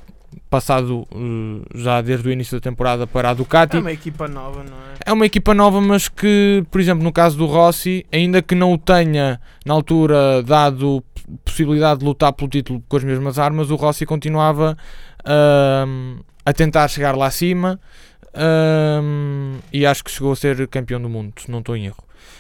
Speaker 5: passado eh, já desde o início da temporada para a Ducati.
Speaker 4: É uma equipa nova, não é?
Speaker 5: É uma equipa nova, mas que, por exemplo, no caso do Rossi, ainda que não o tenha na altura dado p- possibilidade de lutar pelo título com as mesmas armas, o Rossi continuava ahm, a tentar chegar lá acima ahm, e acho que chegou a ser campeão do mundo, se não estou em erro.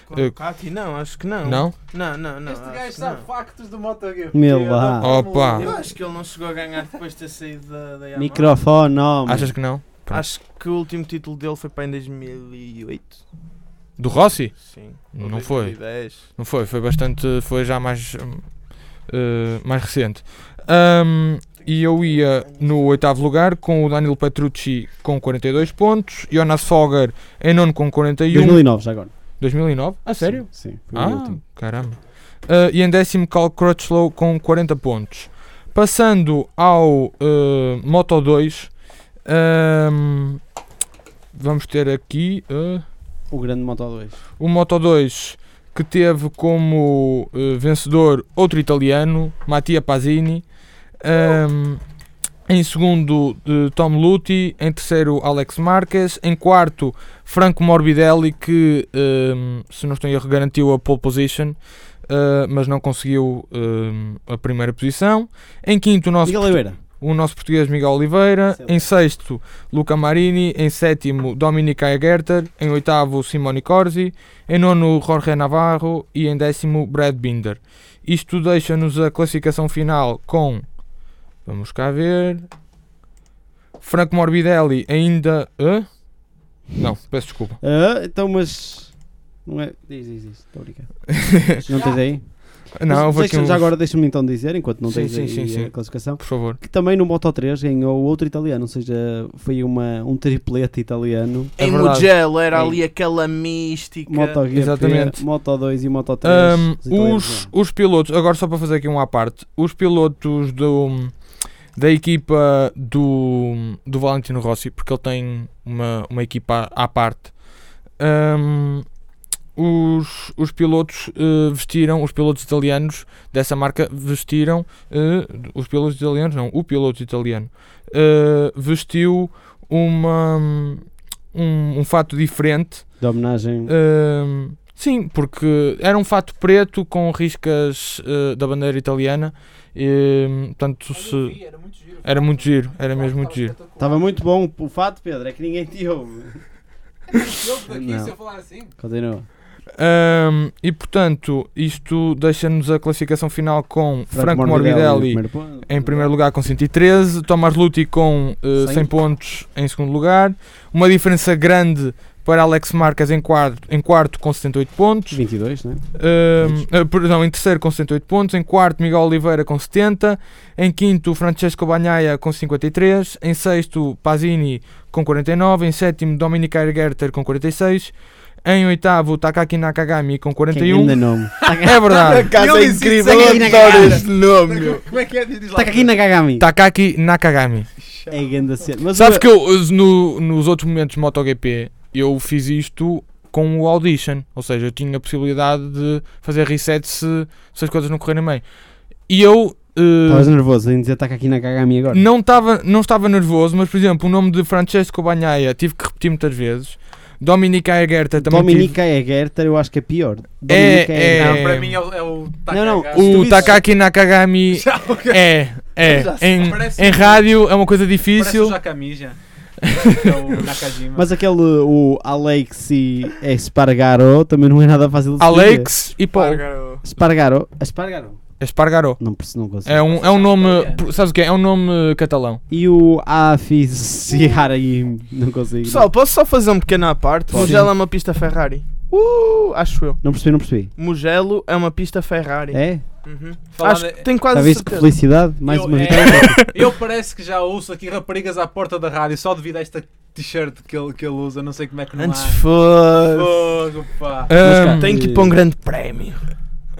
Speaker 4: Com
Speaker 5: Eh,
Speaker 4: a Ducati? Não, acho que não.
Speaker 5: Não?
Speaker 4: Não, não, não.
Speaker 3: este
Speaker 4: acho
Speaker 3: gajo
Speaker 4: que
Speaker 3: sabe
Speaker 4: não.
Speaker 3: factos do MotoGP.
Speaker 2: Meu lá.
Speaker 5: Opa.
Speaker 1: um.
Speaker 4: Eu acho que ele não chegou a ganhar depois de ter saído da, da Yamaha.
Speaker 2: Microfone, homem.
Speaker 5: Achas que não? Pronto.
Speaker 4: Acho que o último título dele foi para em 2008.
Speaker 5: Do Rossi?
Speaker 4: Sim.
Speaker 5: Não
Speaker 4: Ou
Speaker 5: foi.
Speaker 4: 2010.
Speaker 5: Não foi, foi bastante, foi já mais, hum, eh, mais recente. Ahm, e eu ia no oitavo lugar com o Danilo Petrucci com 42 pontos, Jonas Folger em nono com 41,
Speaker 2: 2009 já agora.
Speaker 5: 2009? A sério?
Speaker 2: Sim, sim, foi o
Speaker 5: Ah,
Speaker 2: último.
Speaker 5: caramba. Ah, e em décimo, Cal Crutchlow com 40 pontos. Passando ao ah, Moto 2, ahm, vamos ter aqui. ah,
Speaker 2: O grande Moto 2.
Speaker 5: o Moto 2 que teve como eh, vencedor outro italiano, Mattia Pasini. Ahm, em segundo, eh, Tom Lutti. Em terceiro, Alex Marques. Em quarto, Franco Morbidelli, que, ehm, se não estou em erro, garantiu a pole position, eh, mas não conseguiu ehm, a primeira posição. Em quinto, o nosso
Speaker 2: Miguel Oliveira.
Speaker 5: o nosso português Miguel Oliveira,
Speaker 2: Sim.
Speaker 5: em sexto Luca Marini, em sétimo Dominica Gerter, em oitavo Simone Corsi, em nono Jorge Navarro e em décimo Brad Binder. Isto deixa-nos a classificação final com, vamos cá ver, Franco Morbidelli ainda... hã? Não, peço desculpa.
Speaker 2: Ah, então, mas. Não é. Diz, diz, diz. Estou a brincar. não tens aí?
Speaker 5: Não, eu
Speaker 2: Mas
Speaker 5: vou aqui
Speaker 2: deixa-
Speaker 5: uns-
Speaker 2: Já agora deixa-me então dizer, enquanto não
Speaker 5: Sim,
Speaker 2: tens
Speaker 5: sim,
Speaker 2: aí
Speaker 5: sim,
Speaker 2: a
Speaker 5: sim.
Speaker 2: classificação.
Speaker 5: Por favor.
Speaker 2: Que também no Moto 3 ganhou outro italiano, ou seja, foi uma, um triplete italiano.
Speaker 5: É
Speaker 4: em
Speaker 5: verdade.
Speaker 4: Mugello era
Speaker 2: Ei.
Speaker 4: ali aquela mística.
Speaker 2: MotoGP,
Speaker 5: Exatamente.
Speaker 2: Moto 2 e Moto 3.
Speaker 5: Ahm,
Speaker 2: os italianos
Speaker 5: os,
Speaker 2: ganham.
Speaker 5: os pilotos, agora só para fazer aqui um à parte, os pilotos do, da equipa do, do Valentino Rossi, porque ele tem uma, uma equipa à, à parte, ahm, os, os pilotos eh, vestiram, os pilotos italianos dessa marca vestiram, eh, os pilotos italianos, não, o piloto italiano eh, vestiu uma, um, um fato diferente
Speaker 2: De
Speaker 5: Uh,
Speaker 2: homenagem.
Speaker 5: Ahm, sim, porque era um fato preto com riscas eh, da bandeira italiana. E, portanto, se-
Speaker 3: Era muito giro.
Speaker 5: era muito giro, era mesmo muito giro.
Speaker 2: Estava muito bom o fato, Pedro, é que ninguém te ouve. Não.
Speaker 3: eu falar assim.
Speaker 2: Continua.
Speaker 5: Ahm, e portanto, isto deixa-nos a classificação final com Franco, Morbidelli É.
Speaker 2: primeiro ponto.
Speaker 5: em primeiro lugar com 113, Tomás Lutti com eh, 100
Speaker 2: Cem.
Speaker 5: pontos em segundo lugar. Uma diferença grande para Alex Marques em quarto, em quarto com 78 pontos.
Speaker 2: 22, né?
Speaker 5: Ahm, ah, perdão, em terceiro com 108 pontos, em quarto Miguel Oliveira com 70, em quinto Francesco Bagnaia com 53, em sexto Pasini com 49, em sétimo Dominic Gerter com 46, em oitavo Takaki Nakagami com
Speaker 2: Quem ainda
Speaker 5: 41.
Speaker 2: nome?
Speaker 5: É verdade.
Speaker 4: casa
Speaker 1: Ele
Speaker 4: é
Speaker 1: disse que
Speaker 4: incrível, eu
Speaker 2: sangue na
Speaker 4: adoro
Speaker 2: cara.
Speaker 4: este nome, meu.
Speaker 1: Como é que é? Diz lá.
Speaker 2: Está Tá aqui na Kagami.
Speaker 5: Takaki Nakagami.
Speaker 2: É grande cena. Mas
Speaker 5: Tá. Sabes
Speaker 2: o-
Speaker 5: que eu os- no- nos outros momentos de MotoGP eu fiz isto com o Audition, ou seja, eu tinha a possibilidade de fazer reset se, se as coisas não correrem bem. E eu. eh,
Speaker 2: Estavas nervoso em dizer está aqui na Kagami agora.
Speaker 5: Não estava não estava nervoso, mas por exemplo, o nome de Francesco Bagnaia tive que repetir muitas vezes. Dominica Aguerta também
Speaker 2: Dominica Egerter, eu acho que é pior. Dominica
Speaker 5: É-
Speaker 2: Egerter.
Speaker 5: é-
Speaker 1: Não, para mim é o. É o
Speaker 2: Não, não,
Speaker 1: Takagawa.
Speaker 5: tive. O
Speaker 2: Isto-
Speaker 5: Takaki Nakagami
Speaker 1: Já, o que-
Speaker 5: é, é.
Speaker 1: Já sei.
Speaker 5: Em,
Speaker 1: Parece-
Speaker 5: em rádio é uma coisa
Speaker 1: Parece o
Speaker 5: difícil.
Speaker 1: Jakamija. É o Nakajima.
Speaker 2: Mas aquele, o Alexi é Espargaro, também não é nada fácil de escrever.
Speaker 5: Alex e Paul.
Speaker 1: Pá,
Speaker 2: Espargaro. Espargaro?
Speaker 5: Espargaró.
Speaker 2: Não, perce- não consigo.
Speaker 5: É um, é um nome. Sabes o que é? É um nome catalão.
Speaker 2: E o Aficiaraim, não consigo.
Speaker 4: Pessoal, posso só fazer um pequeno à parte?
Speaker 2: Pode.
Speaker 4: Mugello é uma pista Ferrari. Uh, acho eu.
Speaker 2: Não percebi, não percebi.
Speaker 4: Mugello é uma pista Ferrari.
Speaker 2: É?
Speaker 4: Uhum.
Speaker 1: falando-
Speaker 4: Acho que tenho
Speaker 2: Já
Speaker 4: quase
Speaker 2: viste que
Speaker 4: certeza.
Speaker 2: felicidade? Mais
Speaker 1: Eu-
Speaker 2: uma
Speaker 1: é.
Speaker 2: vitória.
Speaker 1: Eu parece que já ouço aqui raparigas à porta da rádio só devido a esta t-shirt que ele, que ele usa. Não sei como é que não
Speaker 4: Antes
Speaker 1: há.
Speaker 4: fosse.
Speaker 1: Fogo, pá.
Speaker 5: Ahm,
Speaker 4: Tenho que ir para um grande prémio.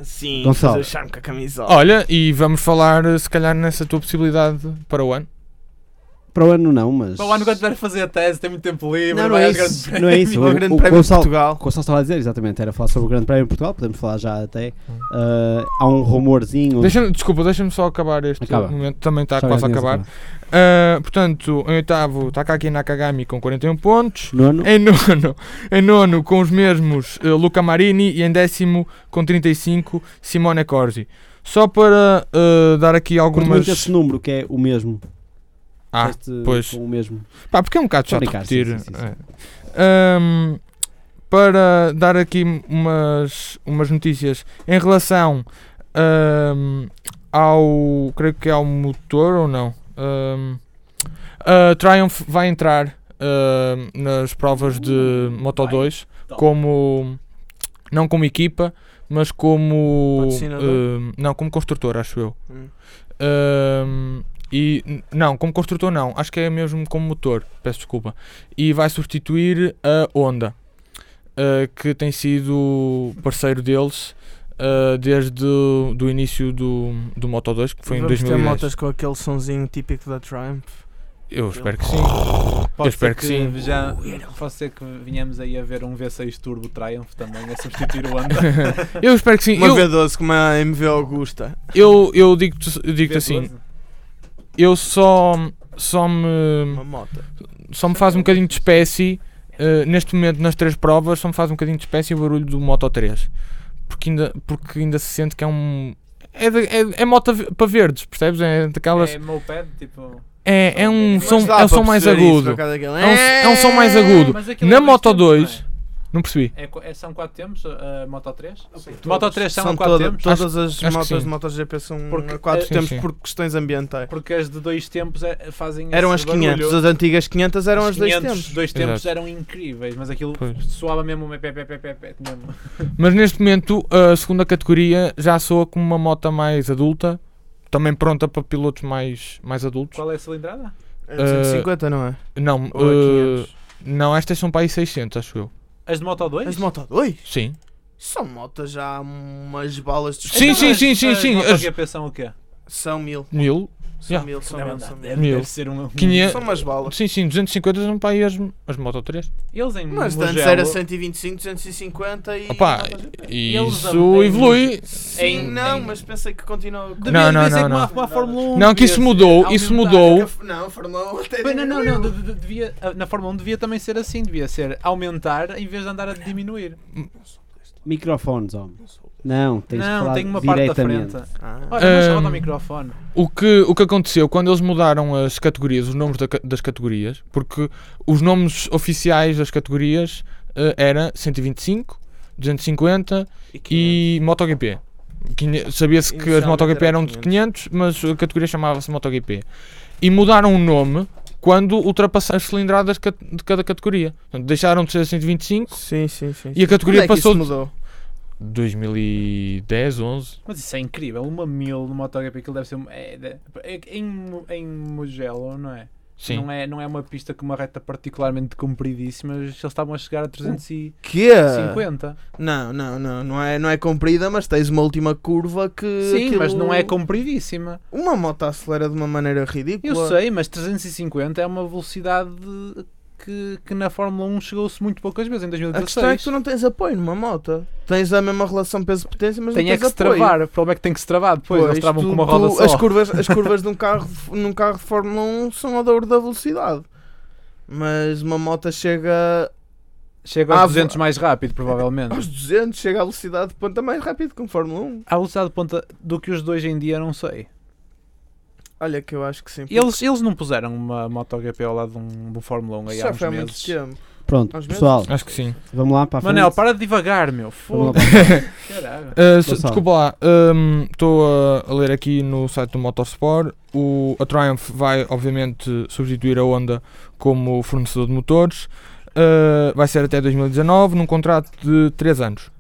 Speaker 4: Assim,
Speaker 2: Gonçalo.
Speaker 4: fazer charme com a camisola.
Speaker 5: olha, e vamos falar eh, se calhar nessa tua possibilidade para o ano.
Speaker 2: Para o ano não, mas...
Speaker 1: Pá, lá no quando tiver a fazer a tese, tem muito tempo livre.
Speaker 2: Não, não
Speaker 1: vai
Speaker 2: é
Speaker 1: aos grandes
Speaker 2: isso. Não é isso.
Speaker 4: Sim, o um Grande
Speaker 2: O- o
Speaker 4: Prémio de
Speaker 2: Gonçalo-
Speaker 4: Portugal.
Speaker 2: O que eu só estava a dizer, exatamente, era falar sobre o Grande Prémio de Portugal, podemos falar já até. Ah, há um rumorzinho.
Speaker 5: Deixa desculpa, deixa-me só acabar este
Speaker 2: Acaba. assim.
Speaker 5: momento, também está
Speaker 2: Sabe,
Speaker 5: quase a
Speaker 2: tinhas
Speaker 5: acabar. Uh, portanto, em oitavo, Takaki Nakagami com 41 pontos.
Speaker 2: Nono.
Speaker 5: Em nono, em nono com os mesmos eh, Luca Marini e em décimo com 35 Simone Corsi. Só para eh, dar aqui
Speaker 2: Curto
Speaker 5: algumas.
Speaker 2: muito esse número que é o mesmo.
Speaker 5: Ah,
Speaker 2: Este
Speaker 5: pois.
Speaker 2: Com o mesmo.
Speaker 5: Pá, porque é um bocado
Speaker 2: Estou a
Speaker 5: chato
Speaker 2: brincar, sim,
Speaker 5: repetir.
Speaker 2: sim, sim, sim.
Speaker 5: eh. Ahm, para dar aqui umas, umas notícias em relação ahm, ao. creio que é ao motor ou não. Ahm, a Triumph vai entrar ahm, nas provas de Moto 2
Speaker 1: Então.
Speaker 5: como. não como equipa, mas como.
Speaker 4: Patrocinador?
Speaker 5: ahm, não, como construtor, acho eu.
Speaker 4: Hum.
Speaker 5: Ahm, e n- não, como construtor não, acho que é mesmo como motor, peço desculpa. E vai substituir a Honda, ah, que tem sido parceiro deles ah, desde o do início do, do Moto 2, que foi em
Speaker 4: Vamos ter
Speaker 5: 2010.
Speaker 4: motas com aquele sonzinho típico da Triumph.
Speaker 5: Eu espero que sim.
Speaker 1: Pode
Speaker 5: Eu espero
Speaker 1: ser
Speaker 5: que sim.
Speaker 1: Já,
Speaker 2: um
Speaker 1: pode ser que vinhamos aí a ver um V6 Turbo Triumph também a substituir o Honda.
Speaker 5: Eu espero que sim.
Speaker 4: Uma
Speaker 5: Eu,
Speaker 4: V12 com uma MV Augusta.
Speaker 5: eu, eu digo-te eu digo-te assim,
Speaker 1: V12.
Speaker 5: eu só, só me
Speaker 4: Uma moto.
Speaker 5: só me faz um bocadinho de espécie eh, neste momento nas três provas só me faz um bocadinho de espécie o barulho do Moto 3 porque ainda, porque ainda se sente que é um é, de- é, é moto ve- para verdes percebes? é daquelas
Speaker 1: É moped, tipo.
Speaker 5: é, é um
Speaker 1: Mas
Speaker 5: som,
Speaker 4: Mas dá
Speaker 5: é um
Speaker 4: para
Speaker 5: som mais
Speaker 4: perceber isso, por
Speaker 5: agudo
Speaker 4: causa daquele-
Speaker 5: É um- é um som mais agudo.
Speaker 1: Mas aquilo
Speaker 5: Na
Speaker 1: é dois
Speaker 5: Moto
Speaker 1: tempos,
Speaker 5: 2,
Speaker 1: não
Speaker 5: não percebi
Speaker 1: É? É co- é- são 4 tempos, a Moto 3?
Speaker 4: todas.
Speaker 1: Moto 3 são,
Speaker 4: São
Speaker 1: 4
Speaker 4: toda-
Speaker 1: é tempos?
Speaker 4: todas as
Speaker 5: que
Speaker 4: motas
Speaker 5: sim.
Speaker 4: de MotoGP são
Speaker 1: Porque-
Speaker 4: a 4
Speaker 1: eh,
Speaker 5: Sim,
Speaker 4: tempos
Speaker 5: sim.
Speaker 4: por questões ambientais.
Speaker 1: Porque as de 2 tempos é- fazem.
Speaker 4: Eram
Speaker 1: esse
Speaker 4: as 500,
Speaker 1: barulho.
Speaker 4: as antigas 500 eram as 2 tempos.
Speaker 1: Os dois tempos
Speaker 5: Exato.
Speaker 1: eram incríveis, mas aquilo
Speaker 5: Pois.
Speaker 1: soava mesmo um pé, pé, pé, pé, pé, mesmo.
Speaker 5: mas neste momento a segunda categoria já soa como uma moto mais adulta também pronta para pilotos mais, mais adultos
Speaker 1: Qual é a cilindrada?
Speaker 4: É 250, não é?
Speaker 5: não,
Speaker 4: Ou
Speaker 5: eh,
Speaker 4: é 500?
Speaker 5: não estas são para aí 600 acho eu
Speaker 1: As de Moto 2?
Speaker 4: As de Moto 2?
Speaker 5: sim
Speaker 4: São motas já umas balas de
Speaker 5: Sim, sim, sim, sim, sim.
Speaker 1: As
Speaker 5: As-
Speaker 1: MotoGP são o quê?
Speaker 4: São mil.
Speaker 5: mil
Speaker 4: São
Speaker 5: Yeah.
Speaker 4: mil, são
Speaker 1: Deve
Speaker 4: mil,
Speaker 1: andar-
Speaker 4: são
Speaker 1: deve-
Speaker 4: mil.
Speaker 5: mil.
Speaker 1: deve ser um...
Speaker 5: Quinhe-
Speaker 4: São umas balas.
Speaker 5: Sim, sim, 250 são para aí as, as Moto 3.
Speaker 1: Eles em
Speaker 4: Mas antes
Speaker 1: Mugello-
Speaker 4: era 125, 250 e.
Speaker 5: Opa,
Speaker 4: MotoGP.
Speaker 5: e
Speaker 1: Eles
Speaker 5: isso
Speaker 1: também-
Speaker 5: evolui.
Speaker 4: Sim,
Speaker 1: em-
Speaker 4: não,
Speaker 1: em-
Speaker 4: mas pensei que continua. com-
Speaker 1: Devia-
Speaker 5: Não, não,
Speaker 1: devia ser
Speaker 5: não,
Speaker 1: como
Speaker 5: não.
Speaker 1: a- como a Fórmula 1
Speaker 5: Não, que isso
Speaker 1: devia
Speaker 5: mudou,
Speaker 1: ser.
Speaker 5: isso
Speaker 1: Aumentar-
Speaker 5: mudou.
Speaker 4: Não, Fernão, até
Speaker 1: Bem, Não, não, não, de- de- devia, a- na Fórmula 1 devia também ser assim, devia ser aumentar em vez de andar a diminuir.
Speaker 2: Microfones, homem. Não, tens de
Speaker 1: não,
Speaker 2: falar
Speaker 1: tem uma parte da
Speaker 2: diretamente.
Speaker 1: frente.
Speaker 4: Ah,
Speaker 1: Olha, mas
Speaker 5: Ahm.
Speaker 1: roda o microfone.
Speaker 5: O que, o que aconteceu quando eles mudaram as categorias, os nomes da ca- das categorias, porque os nomes oficiais das categorias eh, era 125, 250 e MotoGP. Quinhe- Sabia-se que as
Speaker 4: Inicialmente
Speaker 5: MotoGP
Speaker 4: era
Speaker 5: eram de 500, mas a categoria chamava-se MotoGP. E mudaram o nome quando ultrapassaram as cilindradas ca- de cada categoria. Portanto, deixaram de ser 125
Speaker 4: Sim, sim, sim.
Speaker 5: e a categoria
Speaker 4: Quando é que
Speaker 5: passou
Speaker 4: isso
Speaker 5: de
Speaker 4: mudou?
Speaker 5: 2010, 11.
Speaker 3: Mas isso é incrível, uma mil no MotoGP, aquilo deve ser. É, de- é, que em, Mu- em Mugello, não é?
Speaker 5: Sim.
Speaker 3: Não é? Não é uma pista com uma reta particularmente compridíssima, mas eles estavam a chegar a 350.
Speaker 4: Que? Não, não, não, não é, não é comprida, mas tens uma última curva que.
Speaker 3: Sim, mas
Speaker 4: Ah, aquilo-
Speaker 3: não é compridíssima.
Speaker 4: Uma moto acelera de uma maneira ridícula.
Speaker 3: Eu sei, mas 350 é uma velocidade que, que na Fórmula 1 chegou-se muito poucas vezes, em
Speaker 4: A questão é
Speaker 3: 2016.
Speaker 4: que tu não tens apoio numa moto. Tens a mesma relação peso-potência, mas
Speaker 3: Tem
Speaker 4: não
Speaker 3: é
Speaker 4: tens
Speaker 3: que se
Speaker 4: apoio.
Speaker 3: travar, o problema é que tem que se travar depois, eles
Speaker 4: Pois,
Speaker 3: travam
Speaker 4: tu-
Speaker 3: com uma
Speaker 4: tu-
Speaker 3: roda só.
Speaker 4: As curvas, as curvas de um carro, num carro de Fórmula 1 são a dobro da velocidade. Mas uma moto chega
Speaker 3: Chega aos
Speaker 4: Ah,
Speaker 3: 200 mais rápido, provavelmente.
Speaker 4: aos 200, chega à velocidade de ponta mais rápido que um Fórmula 1.
Speaker 3: A velocidade de ponta do que os dois em dia, não sei.
Speaker 4: Olha que eu acho que sim.
Speaker 3: Eles, eles não puseram uma MotoGP ao lado de um, de um Fórmula 1 aí há
Speaker 4: já
Speaker 3: uns
Speaker 4: foi há muito
Speaker 3: meses.
Speaker 4: tempo.
Speaker 2: Pronto,
Speaker 4: Aos
Speaker 2: pessoal,
Speaker 5: Acho que sim.
Speaker 2: vamos lá para a frente.
Speaker 3: Manel, para de devagar, meu.
Speaker 2: Vamos lá
Speaker 3: Foda-se.
Speaker 2: para a
Speaker 3: Caralho.
Speaker 5: Uh, se-
Speaker 2: Gonçalo.
Speaker 5: desculpa lá, um, estou a ler aqui no site do Motorsport. O, a Triumph vai, obviamente, substituir a Honda como fornecedor de motores. Uh, vai ser até 2019, num contrato de 3 anos.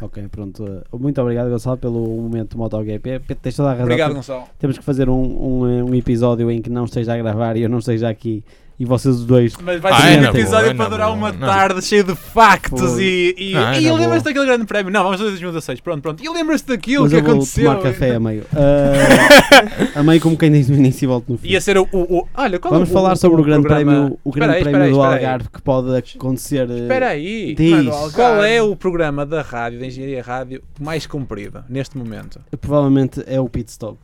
Speaker 2: Ok, pronto. Uh, Muito obrigado, Gonçalo, pelo momento MotoGP. P- Tens toda a razão.
Speaker 3: Obrigado, Gonçalo.
Speaker 2: Temos que fazer um, um, eh, um episódio em que não esteja a gravar e eu não esteja aqui e vocês os dois.
Speaker 3: Mas vai
Speaker 5: Ah,
Speaker 3: ser
Speaker 2: é
Speaker 3: um
Speaker 2: na boa,
Speaker 3: episódio
Speaker 5: é na
Speaker 3: para durar
Speaker 5: boa,
Speaker 3: uma
Speaker 5: não.
Speaker 3: tarde cheio de factos
Speaker 2: Foi.
Speaker 3: e. E,
Speaker 5: Ah, é
Speaker 3: e
Speaker 5: na
Speaker 3: lembras-te
Speaker 5: boa.
Speaker 3: daquele grande prémio? Não, vamos fazer 2016. Pronto, pronto. E lembras-te daquilo
Speaker 2: mas
Speaker 3: que
Speaker 2: eu vou
Speaker 3: aconteceu?
Speaker 2: tomar café a meio. Uh, a meio, como quem diz no início e volto no fim.
Speaker 3: Ia ser o. o, o- olha, qual é
Speaker 2: Vamos
Speaker 3: o,
Speaker 2: falar
Speaker 3: o-
Speaker 2: sobre o, grande
Speaker 3: programa-
Speaker 2: prémio, o grande
Speaker 3: aí,
Speaker 2: prémio
Speaker 3: espera aí,
Speaker 2: do
Speaker 3: espera aí.
Speaker 2: Algarve que pode acontecer. eh,
Speaker 3: Espera aí.
Speaker 4: Não é do
Speaker 2: Diz,
Speaker 4: Algarve.
Speaker 3: Qual é o programa da rádio, da engenharia rádio, mais comprido neste momento?
Speaker 2: provavelmente é o pit stop.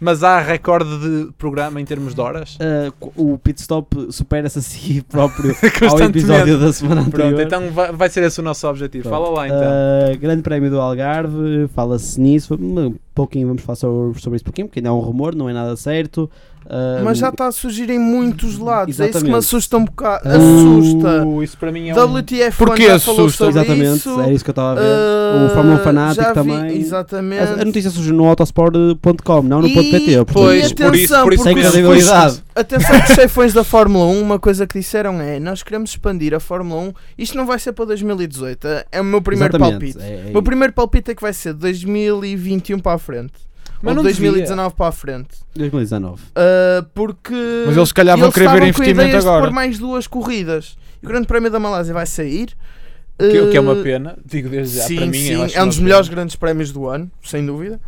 Speaker 3: Mas há recorde de programa em termos de horas?
Speaker 2: Uh, co- o pit stop supera-se a si próprio ao
Speaker 3: Constantemente.
Speaker 2: episódio da semana anterior.
Speaker 3: Pronto, então vai, vai ser esse o nosso objetivo.
Speaker 2: Pronto.
Speaker 3: Fala lá então.
Speaker 2: Uh, grande prémio do Algarve, fala-se nisso. Um pouquinho vamos falar sobre, sobre isso pouquinho, porque ainda é um rumor, não é nada certo. Uh,
Speaker 4: Mas já está a surgir em muitos lados. É isso que
Speaker 2: Exatamente.
Speaker 4: me assusta um bocado.
Speaker 2: Ah.
Speaker 4: Assusta.
Speaker 3: Uh, isso para mim é um...
Speaker 4: WTF
Speaker 5: Porquê
Speaker 4: já falou
Speaker 5: assusta?
Speaker 4: sobre
Speaker 2: Exatamente, é
Speaker 4: isso.
Speaker 2: era isso que eu estava a ver.
Speaker 4: Ah,
Speaker 2: O Fórmula um Fanático
Speaker 4: já vi-
Speaker 2: também.
Speaker 4: Exatamente.
Speaker 2: A, a notícia surgiu no autosport.com, não no
Speaker 4: E-
Speaker 2: .pt. portanto,
Speaker 3: Pois,
Speaker 4: atenção,
Speaker 3: por isso, por isso
Speaker 2: sem
Speaker 4: porque
Speaker 3: mesmo.
Speaker 2: credibilidade.
Speaker 4: Atenção que os chefões da Fórmula 1, uma coisa que disseram é nós queremos expandir a Fórmula 1, isto não vai ser para 2018, é- é o meu primeiro
Speaker 2: Exatamente,
Speaker 4: palpite.
Speaker 2: é- é
Speaker 4: O meu primeiro palpite é que vai ser de 2021 para a frente.
Speaker 3: Mas
Speaker 4: ou
Speaker 3: não
Speaker 4: de
Speaker 3: devia.
Speaker 4: 2019 para a frente.
Speaker 2: 2019.
Speaker 4: Ah, porque
Speaker 5: Mas eles, se calhar, vão
Speaker 4: eles
Speaker 5: querer ver
Speaker 4: estavam com
Speaker 5: investimento
Speaker 4: ideias De
Speaker 5: agora.
Speaker 4: pôr mais duas corridas. E o Grande Prémio da Malásia vai sair.
Speaker 3: Que, o que é
Speaker 4: Ah,
Speaker 3: uma pena, digo desde já,
Speaker 4: Sim,
Speaker 3: para mim
Speaker 4: sim,
Speaker 3: eu acho
Speaker 4: é um
Speaker 3: uma
Speaker 4: dos
Speaker 3: pena.
Speaker 4: melhores grandes prémios do ano, sem dúvida.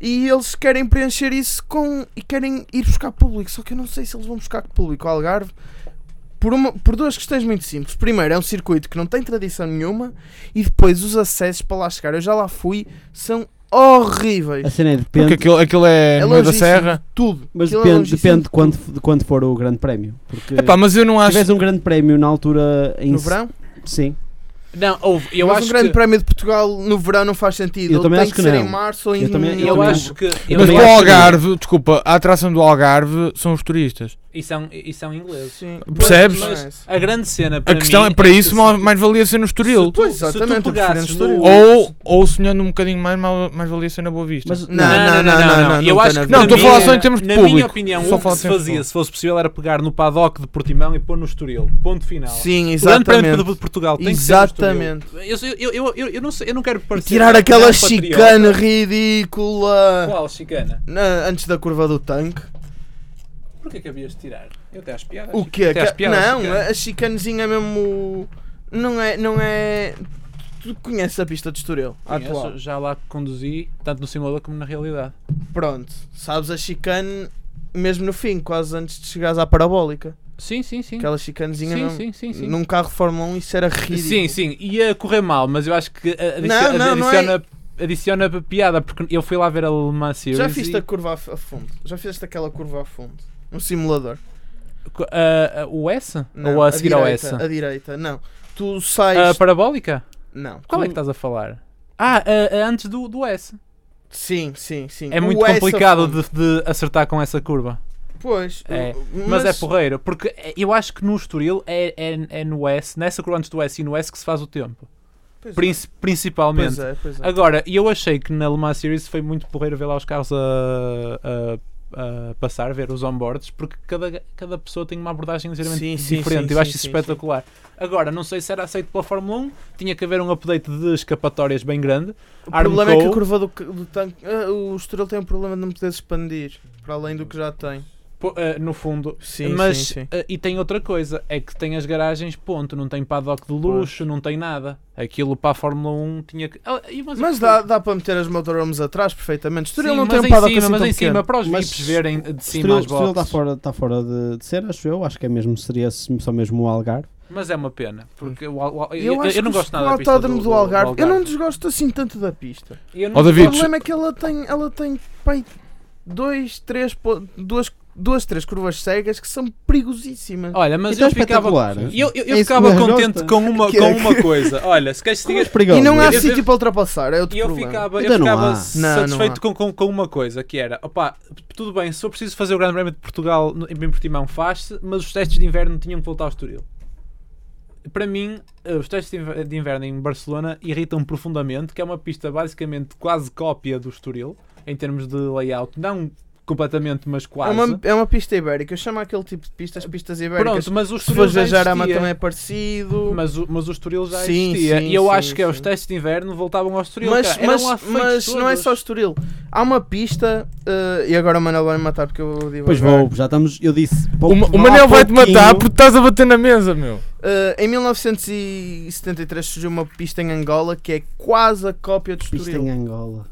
Speaker 4: E eles querem preencher isso com e querem ir buscar público, só que eu não sei se eles vão buscar público ao Algarve. Por, uma, por duas questões muito simples. Primeiro, é um circuito que não tem tradição nenhuma, e depois os acessos para lá chegar. Eu já lá fui, são horríveis.
Speaker 2: A cena é depende.
Speaker 5: Porque aquilo, aquilo é,
Speaker 4: É
Speaker 5: no meio da
Speaker 4: longíssimo.
Speaker 5: serra.
Speaker 4: Tudo.
Speaker 2: Mas
Speaker 4: Aquilo é
Speaker 2: depende,
Speaker 4: longíssimo.
Speaker 2: depende de, quando, de quando for o grande prémio. Porque
Speaker 5: Epá, mas eu não
Speaker 2: se
Speaker 5: acho.
Speaker 2: tivesse um grande prémio na altura em
Speaker 4: No
Speaker 2: se-
Speaker 4: verão?
Speaker 2: Sim.
Speaker 3: Não, houve- eu
Speaker 4: mas
Speaker 3: acho
Speaker 4: um grande
Speaker 3: que...
Speaker 4: prémio de Portugal no verão não faz sentido.
Speaker 2: Eu
Speaker 4: Ele
Speaker 2: também
Speaker 4: tem
Speaker 2: acho que
Speaker 4: ser
Speaker 2: não.
Speaker 4: em março ou em
Speaker 2: Eu também-
Speaker 3: Eu
Speaker 4: é?
Speaker 2: também
Speaker 3: acho que... eu
Speaker 5: Mas
Speaker 3: acho
Speaker 5: para o
Speaker 3: que-
Speaker 5: Algarve, desculpa, a atração do Algarve são os turistas.
Speaker 3: E são, e são ingleses.
Speaker 4: Sim.
Speaker 5: Percebes?
Speaker 4: Mas-
Speaker 3: é um
Speaker 4: é
Speaker 3: A grande cena para
Speaker 5: A questão
Speaker 3: mim
Speaker 5: é para
Speaker 3: que
Speaker 5: isso,
Speaker 3: se-
Speaker 5: mais, mais valia ser no Estoril.
Speaker 3: se tu-
Speaker 4: Pois,
Speaker 3: se tu
Speaker 4: exatamente, é eu prefiro
Speaker 3: pegasses
Speaker 4: no Estoril.
Speaker 3: no-
Speaker 5: Ou, ou sonhando um bocadinho mais, mal- mais valia ser na Boa Vista.
Speaker 2: Mas,
Speaker 4: Não, não, não, não, não, não,
Speaker 3: Eu
Speaker 4: não
Speaker 3: acho que
Speaker 4: tem nada a ver. Não,
Speaker 3: para
Speaker 4: estou a falar
Speaker 3: mim, é
Speaker 5: só em termos de
Speaker 3: na minha
Speaker 5: público.
Speaker 3: opinião,
Speaker 5: Só
Speaker 3: o que
Speaker 5: falo
Speaker 3: se
Speaker 5: em termos de
Speaker 3: fazia,
Speaker 5: público.
Speaker 3: se fosse possível, era pegar no paddock de Portimão e pôr no Estoril. Ponto final.
Speaker 4: Sim,
Speaker 3: O Grande Prémio
Speaker 4: exatamente.
Speaker 3: de Portugal tem
Speaker 4: Exatamente.
Speaker 3: que ser no Estoril. Eu, eu, eu, eu, eu não sei, eu não quero
Speaker 4: E
Speaker 3: parecer
Speaker 4: tirar
Speaker 3: um
Speaker 4: aquela
Speaker 3: grande patriota.
Speaker 4: chicana ridícula
Speaker 3: Qual chicana?
Speaker 4: na- antes da curva do tanque.
Speaker 3: Porquê que havias de tirar? Eu até às piadas.
Speaker 4: O quê?
Speaker 3: Até às
Speaker 4: Que-
Speaker 3: piadas,
Speaker 4: Não,
Speaker 3: chicana.
Speaker 4: a chicanezinha é mesmo. Não é. Não é... Tu conheces a pista de Estoril? a
Speaker 3: Sim, eu
Speaker 4: atual.
Speaker 3: sou- já lá conduzi, tanto no simulador como na realidade.
Speaker 4: Pronto. Sabes a chicane mesmo no fim, quase antes de chegares à parabólica.
Speaker 3: Sim, sim, sim.
Speaker 4: Aquela chicanezinha
Speaker 3: Sim,
Speaker 4: num-
Speaker 3: sim, sim, sim.
Speaker 4: num carro de Fórmula 1, isso era ridículo.
Speaker 3: Sim, sim, ia correr mal, mas eu acho que adici-
Speaker 4: Não, não, não é-
Speaker 3: adiciona, adiciona piada, porque eu fui lá ver a Le Mans Series.
Speaker 4: Já fizeste
Speaker 3: e-
Speaker 4: a curva a f- a fundo? Já fizeste aquela curva a fundo? Um simulador?
Speaker 3: Co- a- a- o S?
Speaker 4: Não,
Speaker 3: Ou a seguir ao Ah,
Speaker 4: direita,
Speaker 3: S?
Speaker 4: A direita, não. Tu sais.
Speaker 3: A parabólica?
Speaker 4: Não.
Speaker 3: Qual é
Speaker 4: tu-
Speaker 3: que estás a falar? Ah, a- a antes do, do S.
Speaker 4: Sim, sim, sim.
Speaker 3: É
Speaker 4: O
Speaker 3: muito
Speaker 4: S a
Speaker 3: complicado
Speaker 4: fundo.
Speaker 3: de, de acertar com essa curva.
Speaker 4: Pois,
Speaker 3: É,
Speaker 4: o-
Speaker 3: Mas, é porreiro, porque eu acho que no Estoril é, é, é no S, nessa curva antes do S e no S que se faz o tempo.
Speaker 4: Pois é,
Speaker 3: Princi- principalmente.
Speaker 4: pois é, pois é.
Speaker 3: Agora, eu achei que na Le Mans Series foi muito porreiro ver lá os carros a, a a passar, ver os onboards, porque cada, cada pessoa tem uma abordagem ligeiramente
Speaker 4: Sim, sim,
Speaker 3: diferente.
Speaker 4: sim,
Speaker 3: eu acho
Speaker 4: sim,
Speaker 3: isso
Speaker 4: sim,
Speaker 3: espetacular. Agora, não sei se era aceito pela Fórmula 1, tinha que haver um update de escapatórias bem grande.
Speaker 4: O
Speaker 3: Arm
Speaker 4: problema é que a
Speaker 3: Cole.
Speaker 4: curva do, ca- do tanque. ah, o Estoril tem um problema de não poder expandir para além do que já tem.
Speaker 3: Pô, eh, no fundo,
Speaker 4: Sim,
Speaker 3: mas
Speaker 4: sim, sim.
Speaker 3: eh, e tem outra coisa, é que tem as garagens ponto, não tem paddock de luxo, não tem nada. Aquilo para a Fórmula 1 tinha que. Ah, e-
Speaker 4: Mas dá, dá para meter as motorhomes atrás perfeitamente.
Speaker 3: Sim,
Speaker 4: Estoril não
Speaker 3: mas
Speaker 4: tem um
Speaker 3: em
Speaker 4: paddock
Speaker 3: cima,
Speaker 4: assim
Speaker 3: mas
Speaker 4: tão
Speaker 3: em
Speaker 4: pequeno.
Speaker 3: cima, para os
Speaker 2: Mas
Speaker 3: VIPs verem de cima
Speaker 2: Estoril
Speaker 3: as
Speaker 2: Estoril está
Speaker 3: boxes.
Speaker 2: tá fora, está fora de, de ser, acho eu. Acho que é mesmo, seria esse- só mesmo o Algarve.
Speaker 3: Mas é uma pena, porque o, Al- o, Al-
Speaker 4: Eu,
Speaker 3: eu, eu,
Speaker 4: acho
Speaker 3: não
Speaker 4: que
Speaker 3: gosto
Speaker 4: o
Speaker 3: nada da pista
Speaker 4: autódromo do, Algarve. Eu não
Speaker 3: Algarve.
Speaker 4: desgosto assim tanto da pista.
Speaker 3: Eu não-
Speaker 5: Ó
Speaker 4: O
Speaker 5: David,
Speaker 4: problema é que ela tem, ela tem pai, dois, três, po- duas, duas, três curvas cegas que são perigosíssimas.
Speaker 3: Olha, mas
Speaker 2: Então
Speaker 3: eu ficava,
Speaker 2: espetacular.
Speaker 3: eu, eu, eu
Speaker 2: É isso
Speaker 3: ficava
Speaker 2: que é me
Speaker 3: contente
Speaker 2: gosta.
Speaker 3: com uma,
Speaker 4: Que-
Speaker 3: com uma coisa. Olha, se queres
Speaker 2: Como
Speaker 3: tinha-
Speaker 2: és perigoso,
Speaker 4: e não há
Speaker 3: eu-
Speaker 4: sítio para ultrapassar, é outro
Speaker 3: E eu
Speaker 4: problema.
Speaker 3: ficava,
Speaker 2: Ainda
Speaker 3: eu
Speaker 2: não há.
Speaker 3: ficava
Speaker 4: Não, não
Speaker 3: satisfeito
Speaker 4: há.
Speaker 3: com, com, com uma coisa, que era, opá, tudo bem, se eu preciso fazer o Grande Prémio de Portugal no- em Portimão, faz-se, mas os testes de inverno tinham que voltar ao Estoril. Para mim, eh, os testes de inver- de inverno em Barcelona irritam profundamente, que é uma pista basicamente quase cópia do Estoril, em termos de layout, não completamente, mas
Speaker 4: É
Speaker 3: quase.
Speaker 4: uma, é uma pista ibérica. Eu chamo aquele tipo de pistas pistas ibéricas.
Speaker 3: Pronto, mas o
Speaker 4: Se
Speaker 3: Estoril
Speaker 4: fores
Speaker 3: já
Speaker 4: a Jarama
Speaker 3: existia.
Speaker 4: também é parecido.
Speaker 3: Mas o, mas o Estoril já
Speaker 4: Sim,
Speaker 3: existia.
Speaker 4: sim,
Speaker 3: e eu
Speaker 4: sim,
Speaker 3: acho que é
Speaker 4: sim.
Speaker 3: os testes de inverno voltavam ao Estoril.
Speaker 4: Mas,
Speaker 3: cara. Eram
Speaker 4: mas,
Speaker 3: lá feitos
Speaker 4: mas não
Speaker 3: um
Speaker 4: é
Speaker 3: todos.
Speaker 4: só o Estoril. Há uma pista, eh, e agora o Manuel vai me matar porque eu digo.
Speaker 2: Pois vou, já estamos, eu disse.
Speaker 5: o, Ma- o Manel vai-te matar porque estás a bater na mesa, meu.
Speaker 4: Eh, em 1973 surgiu uma pista em Angola que é quase a cópia do
Speaker 2: Isto em
Speaker 4: Estoril.
Speaker 2: Angola.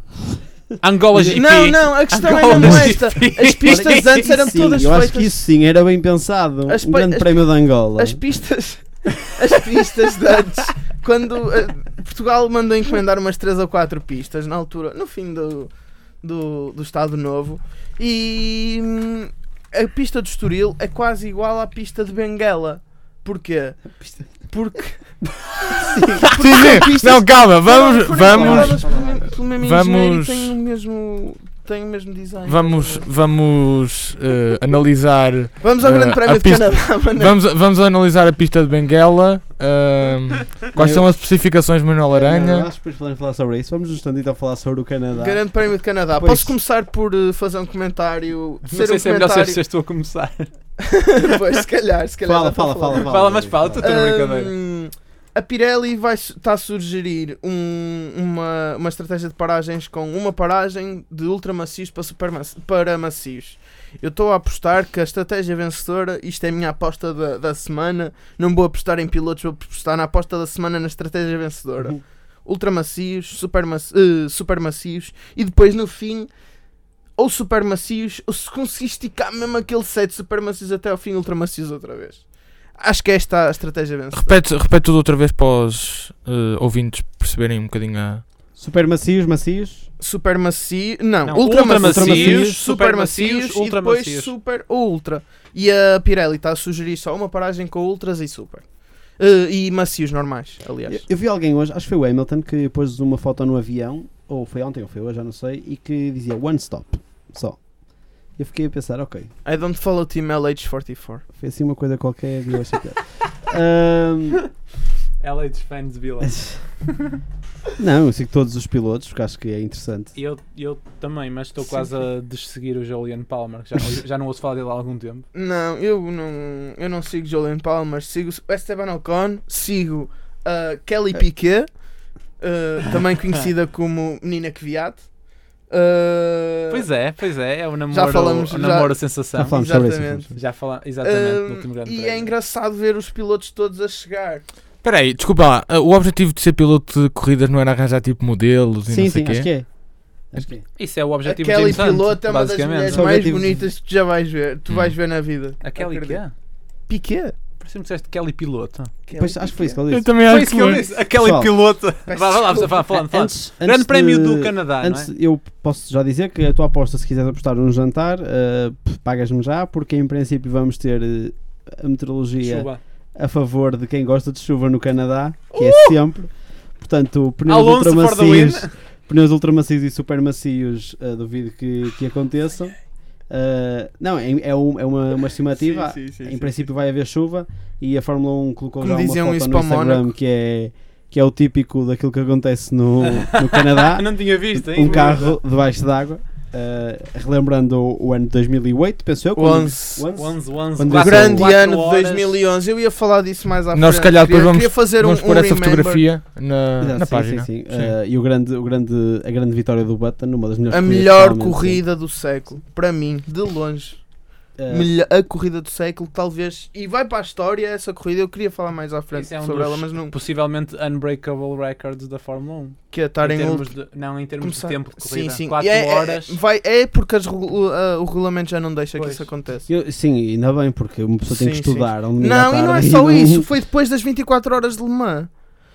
Speaker 3: Angola GP.
Speaker 4: Não, não, a questão é
Speaker 3: Angola
Speaker 4: mesmo
Speaker 3: GP.
Speaker 4: esta. As pistas antes eram
Speaker 2: sim,
Speaker 4: todas
Speaker 2: eu acho que
Speaker 4: feitas.
Speaker 2: isso sim, era bem pensado.
Speaker 4: As
Speaker 2: um
Speaker 4: pa-
Speaker 2: grande
Speaker 4: as-
Speaker 2: prémio de Angola.
Speaker 4: As pistas. As pistas de antes. Quando eh, Portugal mandou encomendar umas 3 ou 4 pistas na altura, no fim do, do, do Estado Novo. E hum, a pista do Estoril é quase igual à pista de Benguela. Porquê?
Speaker 2: pista-
Speaker 4: Porque
Speaker 5: Sim, sim. Não, calma, vamos,
Speaker 4: foram
Speaker 5: vamos,
Speaker 4: encompendadas pelo me- pelo mesmo
Speaker 5: vamos-
Speaker 4: engenheiro e têm o mesmo, têm o mesmo design.
Speaker 5: vamos, vamos eh, analisar.
Speaker 4: Vamos ao
Speaker 5: Eh,
Speaker 4: Grande Prémio
Speaker 5: a
Speaker 4: de
Speaker 5: pista-
Speaker 4: Canadá, mano.
Speaker 5: Vamos, vamos analisar a pista de Benguela. ahm, quais são as especificaços, Manuel
Speaker 2: Não,
Speaker 5: Aranha?
Speaker 2: acho que depois podemos falar sobre isso. Vamos nos tanto a falar sobre o Canadá.
Speaker 4: Grande Prémio de Canadá.
Speaker 2: Pois.
Speaker 4: Posso começar por eh, fazer um comentário?
Speaker 3: Não
Speaker 4: Ser
Speaker 3: sei
Speaker 4: um
Speaker 3: se é melhor ser,
Speaker 4: comentário.
Speaker 3: ser tu a começar.
Speaker 4: pois, se calhar, se calhar.
Speaker 2: Fala,
Speaker 4: dá para
Speaker 2: fala,
Speaker 4: falar.
Speaker 2: fala, fala.
Speaker 3: Fala, mas fala, tu estás a brincadeira.
Speaker 4: Hum, a Pirelli vai está a sugerir um- uma, uma estratégia de paragens com uma paragem de ultramacios para, supermaci- para macios. Eu estou a apostar que a estratégia vencedora, isto é a minha aposta da, da semana, não vou apostar em pilotos, vou apostar na aposta da semana na estratégia vencedora.
Speaker 2: Uhum.
Speaker 4: Ultramacios, supermac- eh, supermacios e depois no fim ou supermacios ou se conseguir esticar mesmo aquele set supermacios até ao fim ultramacios outra vez. Acho que esta é a estratégia vencedora.
Speaker 5: Repete, repete tudo outra vez para os eh, ouvintes perceberem um bocadinho a.
Speaker 2: Super macios, macios.
Speaker 4: Super macio. Não,
Speaker 3: Não,
Speaker 4: ultra
Speaker 3: ultramacios,
Speaker 4: macios, super
Speaker 3: supermacios,
Speaker 4: macios e
Speaker 3: ultramacios.
Speaker 4: depois super ou ultra. E a Pirelli está a sugerir só uma paragem com ultras e super. Eh, e macios normais, aliás.
Speaker 2: Eu, eu vi alguém hoje, acho que foi o Hamilton, que pôs uma foto no avião, ou foi ontem ou foi hoje, já não sei, e que dizia one stop, só. Eu fiquei a pensar, ok,
Speaker 4: I don't follow Team LH44.
Speaker 2: foi assim uma coisa qualquer e eu achei que era. Ahm,
Speaker 3: LH Fans Village.
Speaker 2: mas- Não, eu sigo todos os pilotos, porque acho que é interessante.
Speaker 3: Eu, eu também, mas estou
Speaker 2: Sim.
Speaker 3: quase a desseguir o Julian Palmer, que já, não- já não ouço falar dele há algum tempo.
Speaker 4: Não, eu não, eu não sigo Julian Palmer, sigo o Esteban Ocon, sigo a
Speaker 5: É.
Speaker 4: Kelly Piquet, eh, também conhecida como Menina Kvyat. Eh,
Speaker 3: Pois é, pois é, é o namoro,
Speaker 4: falamos,
Speaker 3: o
Speaker 4: já-
Speaker 3: namoro sensação.
Speaker 2: Já falamos sobre isso.
Speaker 4: exatamente.
Speaker 2: falamos.
Speaker 3: Já falámos, exatamente,
Speaker 4: Ahm,
Speaker 3: no último grande
Speaker 4: e é
Speaker 3: prémio.
Speaker 4: engraçado ver os pilotos todos a chegar.
Speaker 5: Espera aí, desculpa lá. eh, o objetivo de ser piloto de corridas não era arranjar tipo modelos e
Speaker 2: Sim,
Speaker 5: não sei
Speaker 2: sim,
Speaker 5: o quê?
Speaker 2: acho que é. Acho que é.
Speaker 3: Isso é o objetivo
Speaker 4: a Kelly
Speaker 3: de James Hunt,
Speaker 4: Piloto é uma das
Speaker 3: basicamente.
Speaker 4: mulheres
Speaker 2: Só
Speaker 4: mais
Speaker 2: objetivo-
Speaker 4: bonitas que tu já vais ver, tu
Speaker 5: Hum.
Speaker 4: vais ver na vida.
Speaker 3: A Kelly que
Speaker 4: Acredito.
Speaker 3: é?
Speaker 4: Piquet?
Speaker 3: Parecia-me que disseste Kelly Piloto.
Speaker 2: Pois, acho que foi isso
Speaker 3: é.
Speaker 2: que ele
Speaker 5: Eu
Speaker 2: disse.
Speaker 5: também acho que foi.
Speaker 3: A Kelly
Speaker 2: Pessoal,
Speaker 3: Piloto. Vá
Speaker 4: É, peço
Speaker 3: vá lá,
Speaker 4: desculpa.
Speaker 3: fala, Então, fala, fala.
Speaker 2: Antes-
Speaker 3: Grande
Speaker 2: antes
Speaker 3: prémio
Speaker 2: de-
Speaker 3: do Canadá, não é?
Speaker 2: Antes, eu posso já dizer que a tua aposta, se quiseres apostar num jantar, eh, p- pagas-me já, porque em princípio vamos ter eh, a meteorologia
Speaker 3: Chuva.
Speaker 2: a favor de quem gosta de chuva no Canadá, que é
Speaker 4: Uh!
Speaker 2: sempre. Portanto, pneus
Speaker 3: Alonso for the win.
Speaker 2: ultramacios, pneus ultramacios e supermacios, eh, duvido que, que aconteçam. Eh, não, é, é um- é uma, uma estimativa. em princípio vai haver chuva e a Fórmula 1 colocou
Speaker 4: Como
Speaker 2: já uma
Speaker 4: diziam
Speaker 2: foto
Speaker 4: isso
Speaker 2: no
Speaker 4: para
Speaker 2: Instagram
Speaker 4: Mónaco.
Speaker 2: que é, que é o típico daquilo que acontece no, no Canadá.
Speaker 3: Ah, não tinha visto, hein?
Speaker 2: um carro debaixo d'água. eh, relembrando o, o ano de 2008, penso eu. quando-
Speaker 4: 11.
Speaker 2: Onze?
Speaker 3: Onze, onze,
Speaker 2: Quando
Speaker 4: O
Speaker 2: disse-
Speaker 3: quatro-
Speaker 4: grande
Speaker 3: quatro
Speaker 4: ano de
Speaker 3: horas.
Speaker 4: 2011. Eu ia falar disso mais à frente.
Speaker 5: Nós, se calhar, depois
Speaker 4: Queria-
Speaker 5: vamos-
Speaker 4: queria fazer
Speaker 5: Vamos
Speaker 4: um,
Speaker 5: pôr
Speaker 4: um
Speaker 5: essa
Speaker 4: remember.
Speaker 5: fotografia na,
Speaker 2: Exato,
Speaker 5: na
Speaker 2: Ah, sim,
Speaker 5: página.
Speaker 2: sim, sim.
Speaker 5: Sim.
Speaker 2: Eh, e o grande, o grande, a grande vitória do Button, numa das melhores
Speaker 4: A
Speaker 2: corridas,
Speaker 4: melhor
Speaker 2: provavelmente,
Speaker 4: corrida do século. Para mim, de longe.
Speaker 2: eh,
Speaker 4: Melho- a corrida do século, talvez. E vai para a história essa corrida. Eu queria falar mais à frente
Speaker 3: Isso é um
Speaker 4: sobre
Speaker 3: dos-
Speaker 4: ela, mas não.
Speaker 3: Possivelmente unbreakable records da Fórmula 1.
Speaker 4: Que é estar
Speaker 3: em
Speaker 4: em
Speaker 3: termos
Speaker 4: último.
Speaker 3: de, não, em termos
Speaker 4: Começar-
Speaker 3: de tempo de
Speaker 4: Sim,
Speaker 3: corrida.
Speaker 4: sim.
Speaker 3: 4
Speaker 4: E é, é-
Speaker 3: horas.
Speaker 4: vai, é porque as regu- ah, o regulamento já não deixa que
Speaker 3: Pois.
Speaker 4: isso aconteça.
Speaker 2: eu- sim, ainda bem, porque uma pessoa tem que
Speaker 4: Sim, sim.
Speaker 2: estudar. um domingo à
Speaker 4: Não, e não é
Speaker 2: tarde
Speaker 4: só
Speaker 2: não-
Speaker 4: isso. Foi depois das 24 horas de Le Mans.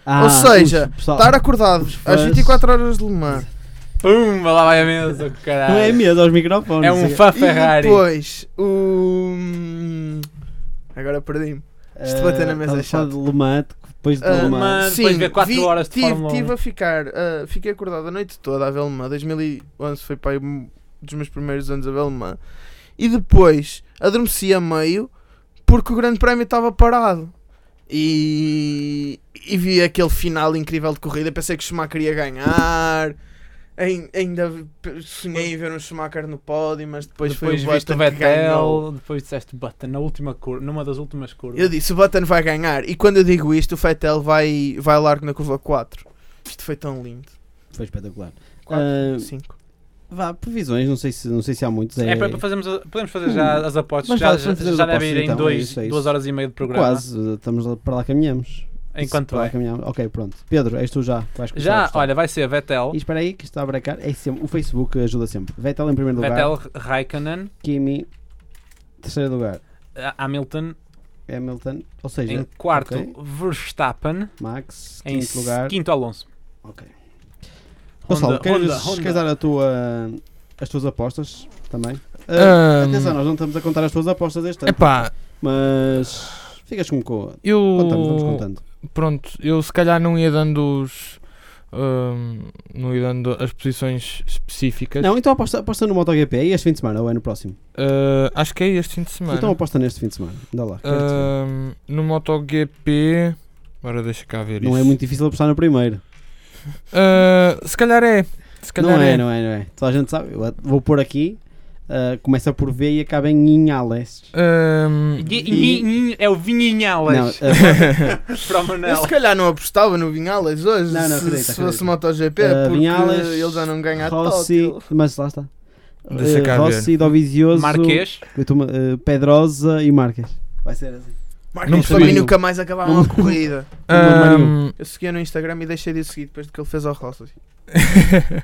Speaker 2: Ah,
Speaker 4: Ou seja,
Speaker 2: os pessoal-
Speaker 4: Estar acordado
Speaker 2: os fãs-
Speaker 4: às 24 horas de Le Mans.
Speaker 3: Pum, lá vai a mesa, caralho.
Speaker 2: Não é mesmo aos microfones.
Speaker 3: É um fã Ferrari.
Speaker 4: E depois, o. hum, Agora perdi-me. Isto bater na mesa é
Speaker 2: Só
Speaker 4: chato.
Speaker 2: de Le Mans, depois de
Speaker 4: Ah,
Speaker 2: Le Mans.
Speaker 3: Mas depois vê quatro horas de
Speaker 4: tive,
Speaker 3: Fórmula
Speaker 4: tive
Speaker 3: 1.
Speaker 4: a ficar. ah, fiquei acordado a noite toda a ver Le Mans. 2011 foi pai dos meus primeiros anos a ver Le Mans. E depois adormeci a meio porque o Grande Prémio estava parado. E, e vi aquele final incrível de corrida. Pensei que o Schumacher ia ganhar. Ain- Ainda p- sonhei em ver um Schumacher no pódio, mas depois,
Speaker 3: depois
Speaker 4: foi o
Speaker 3: viste
Speaker 4: Button
Speaker 3: o
Speaker 4: que ganhou.
Speaker 3: Vettel, depois disseste Button na última curva, numa das últimas curvas.
Speaker 4: Eu disse, o Button vai ganhar. E quando eu digo isto, o Vettel vai, vai largo na curva 4. Isto foi tão lindo.
Speaker 2: Foi espetacular.
Speaker 4: Quatro,
Speaker 2: Ah,
Speaker 4: 5.
Speaker 2: vá, previsões, não sei se, não sei se há muitos.
Speaker 3: É, para para fazermos, a- podemos fazer já as apostas.
Speaker 2: Hum. Mas
Speaker 3: Já,
Speaker 2: vá,
Speaker 3: já,
Speaker 2: vamos fazer as
Speaker 3: já deve
Speaker 2: apostas,
Speaker 3: ir em
Speaker 2: então, é
Speaker 3: dois,
Speaker 2: isso, é isso.
Speaker 3: duas horas e meia de programa.
Speaker 2: Quase, eh, estamos lá, para lá caminhamos.
Speaker 3: Enquanto
Speaker 2: para lá
Speaker 3: vai.
Speaker 2: caminhamos. Ok, pronto. Pedro, és tu já. que Vais começar a
Speaker 3: Já,
Speaker 2: apostar.
Speaker 3: olha, vai ser Vettel,
Speaker 2: E espera aí, que está a brecar. É sempre, o Facebook ajuda sempre. Vettel em primeiro lugar.
Speaker 3: Vettel, Raikkonen,
Speaker 2: Kimi. Terceiro lugar.
Speaker 3: a- Hamilton.
Speaker 2: Hamilton. Ou seja,
Speaker 3: Em quarto,
Speaker 2: ok.
Speaker 3: Verstappen.
Speaker 2: Max.
Speaker 3: Em
Speaker 2: Quinto lugar.
Speaker 3: quinto, Alonso.
Speaker 2: Ok.
Speaker 3: Honda,
Speaker 2: Gonçalo, queres,
Speaker 3: Honda, Honda.
Speaker 2: queres dar a tua, as tuas apostas também? Ah,
Speaker 5: Ahm,
Speaker 2: Atenção, nós não estamos a contar as tuas apostas deste ano,
Speaker 5: epá,
Speaker 2: mas ficas com co.
Speaker 5: eu.
Speaker 2: Contamos, vamos contando.
Speaker 5: Pronto, eu se calhar não ia dando os. ahm, não ia dando as posições específicas.
Speaker 2: Não, então aposta, aposta no MotoGP é este fim de semana ou é no próximo?
Speaker 5: Ah, acho que é este fim de semana. Ah,
Speaker 2: Então aposta neste fim de semana. Dá lá. quero te ver.
Speaker 5: Ahm, no MotoGP. Agora deixa cá ver
Speaker 2: não
Speaker 5: isso.
Speaker 2: é muito difícil apostar no primeiro.
Speaker 5: Ah, se calhar é. Se calhar
Speaker 2: não é,
Speaker 5: é.
Speaker 2: não é, não é. Só a gente sabe. Eu vou pôr aqui. ah, começa por V e acaba em Inhales.
Speaker 5: Ahm,
Speaker 3: Gui- Gui- Gui- É o
Speaker 2: Não,
Speaker 3: Vinhinhalas
Speaker 2: ah,
Speaker 3: para o
Speaker 4: Eu
Speaker 3: Manel.
Speaker 4: se calhar não apostava no Vinhales hoje,
Speaker 2: Não, não,
Speaker 4: se,
Speaker 2: acredito,
Speaker 4: se
Speaker 2: acredito.
Speaker 4: fosse MotoGP,
Speaker 2: Ah,
Speaker 4: porque
Speaker 2: Vinhales,
Speaker 4: ele já não ganha a
Speaker 2: Rossi,
Speaker 4: Tóquio.
Speaker 2: mas lá está.
Speaker 5: Deixa
Speaker 2: Ah,
Speaker 5: cá ver.
Speaker 2: Rossi, Dovizioso,
Speaker 3: Marquês.
Speaker 2: eu tomo- ah, Pedrosa e Marques. Vai ser assim.
Speaker 5: Não
Speaker 4: Marquinhos para mim
Speaker 5: percebi.
Speaker 4: nunca mais acabava uma corrida.
Speaker 5: hum,
Speaker 2: é
Speaker 5: ahm,
Speaker 4: Eu seguia no Instagram e deixei de o seguir depois do que ele fez ao Rossi.
Speaker 5: ah,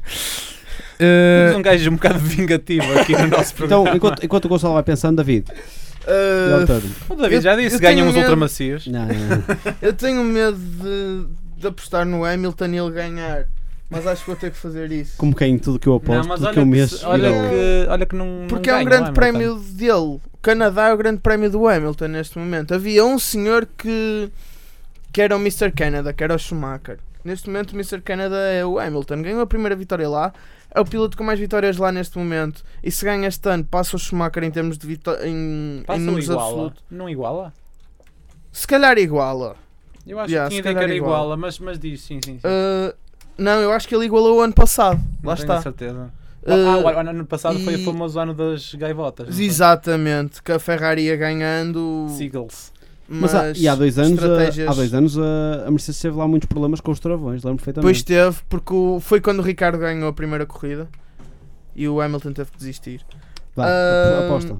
Speaker 2: Eh,
Speaker 3: Temos
Speaker 5: Eh,
Speaker 3: um gajo um bocado vingativo aqui no nosso
Speaker 2: Então,
Speaker 3: programa.
Speaker 2: enquanto, enquanto o Gonçalo vai pensando, David. e
Speaker 4: Ah,
Speaker 2: António?
Speaker 3: o David
Speaker 4: eu-
Speaker 3: já
Speaker 4: eu
Speaker 3: disse,
Speaker 4: tenho
Speaker 3: ganham uns
Speaker 4: medo.
Speaker 3: ultramacios.
Speaker 2: Não, não, não.
Speaker 4: eu tenho medo de, de apostar no Hamilton e ele ganhar, mas acho que vou ter que fazer isso.
Speaker 2: Como quem tudo que eu aposto,
Speaker 3: Não, mas
Speaker 2: tudo
Speaker 3: olha
Speaker 2: que eu
Speaker 3: que,
Speaker 2: mexo.
Speaker 3: se- olha
Speaker 2: irá-
Speaker 3: que, olha que não.
Speaker 4: Porque
Speaker 3: não
Speaker 4: é um
Speaker 3: ganham,
Speaker 4: grande
Speaker 3: Hamilton.
Speaker 4: prémio dele. O Canadá é o grande prémio do Hamilton neste momento. Havia um senhor que, que era o Mr. Canada, que era o Schumacher. Neste momento o Mr. Canada é o Hamilton. Ganhou a primeira vitória lá. É o piloto com mais vitórias lá neste momento. E se ganha este ano, passa o Schumacher em termos de vitória em, em
Speaker 3: Passa o
Speaker 4: números
Speaker 3: iguala.
Speaker 4: absolutos.
Speaker 3: Não iguala?
Speaker 4: Se calhar iguala.
Speaker 3: Eu acho
Speaker 4: Yeah,
Speaker 3: que tinha ideia
Speaker 4: se
Speaker 3: que
Speaker 4: calhar
Speaker 3: era
Speaker 4: iguala.
Speaker 3: iguala, mas, mas diz, sim, sim. sim.
Speaker 4: Uh, não, eu acho que ele igualou o ano passado.
Speaker 3: Não
Speaker 4: Lá
Speaker 3: tenho
Speaker 4: está.
Speaker 3: certeza. ah,
Speaker 4: Uh,
Speaker 3: o ano- ano passado foi
Speaker 4: e-
Speaker 3: o famoso ano das gaivotas. não foi?
Speaker 4: exatamente. Que a Ferrari ia ganhando.
Speaker 3: Seagulls.
Speaker 2: Mas
Speaker 3: ah,
Speaker 2: há, e há dois anos,
Speaker 4: estratégias-
Speaker 2: a, há dois anos eh, a, a Mercedes teve lá muitos problemas com os travões, lembro
Speaker 4: Depois
Speaker 2: perfeitamente.
Speaker 4: teve, porque o- foi quando o Ricardo ganhou a primeira corrida e o Hamilton teve que desistir.
Speaker 2: Vá,
Speaker 4: ah,
Speaker 2: aposta.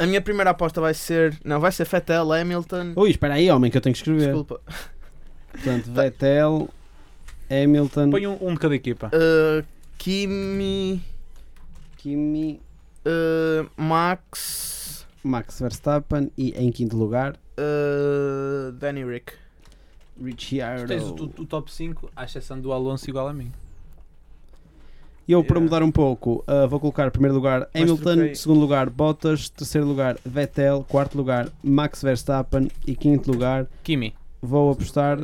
Speaker 4: A minha primeira aposta vai ser. Não, vai ser Fettel, Hamilton.
Speaker 2: Ui, espera aí, homem, que eu tenho que escrever.
Speaker 4: Desculpa.
Speaker 2: Portanto, Vettel, Hamilton,
Speaker 3: Põe um, um de cada equipa.
Speaker 4: Uh, Kimi.
Speaker 2: Kimi,
Speaker 4: uh, Max.
Speaker 2: Max Verstappen e em quinto lugar,
Speaker 4: uh, Danny Rick.
Speaker 3: Tu tens o,
Speaker 2: Ricciardo.
Speaker 3: o- o top 5, à exceção do Alonso igual a mim.
Speaker 2: E eu, para
Speaker 4: Yeah.
Speaker 2: mudar um pouco, ah, vou colocar em primeiro lugar
Speaker 4: Mas
Speaker 2: Hamilton,
Speaker 4: troquei.
Speaker 2: segundo lugar Bottas, terceiro lugar Vettel, quarto lugar Max Verstappen e quinto lugar
Speaker 3: Kimi.
Speaker 2: vou apostar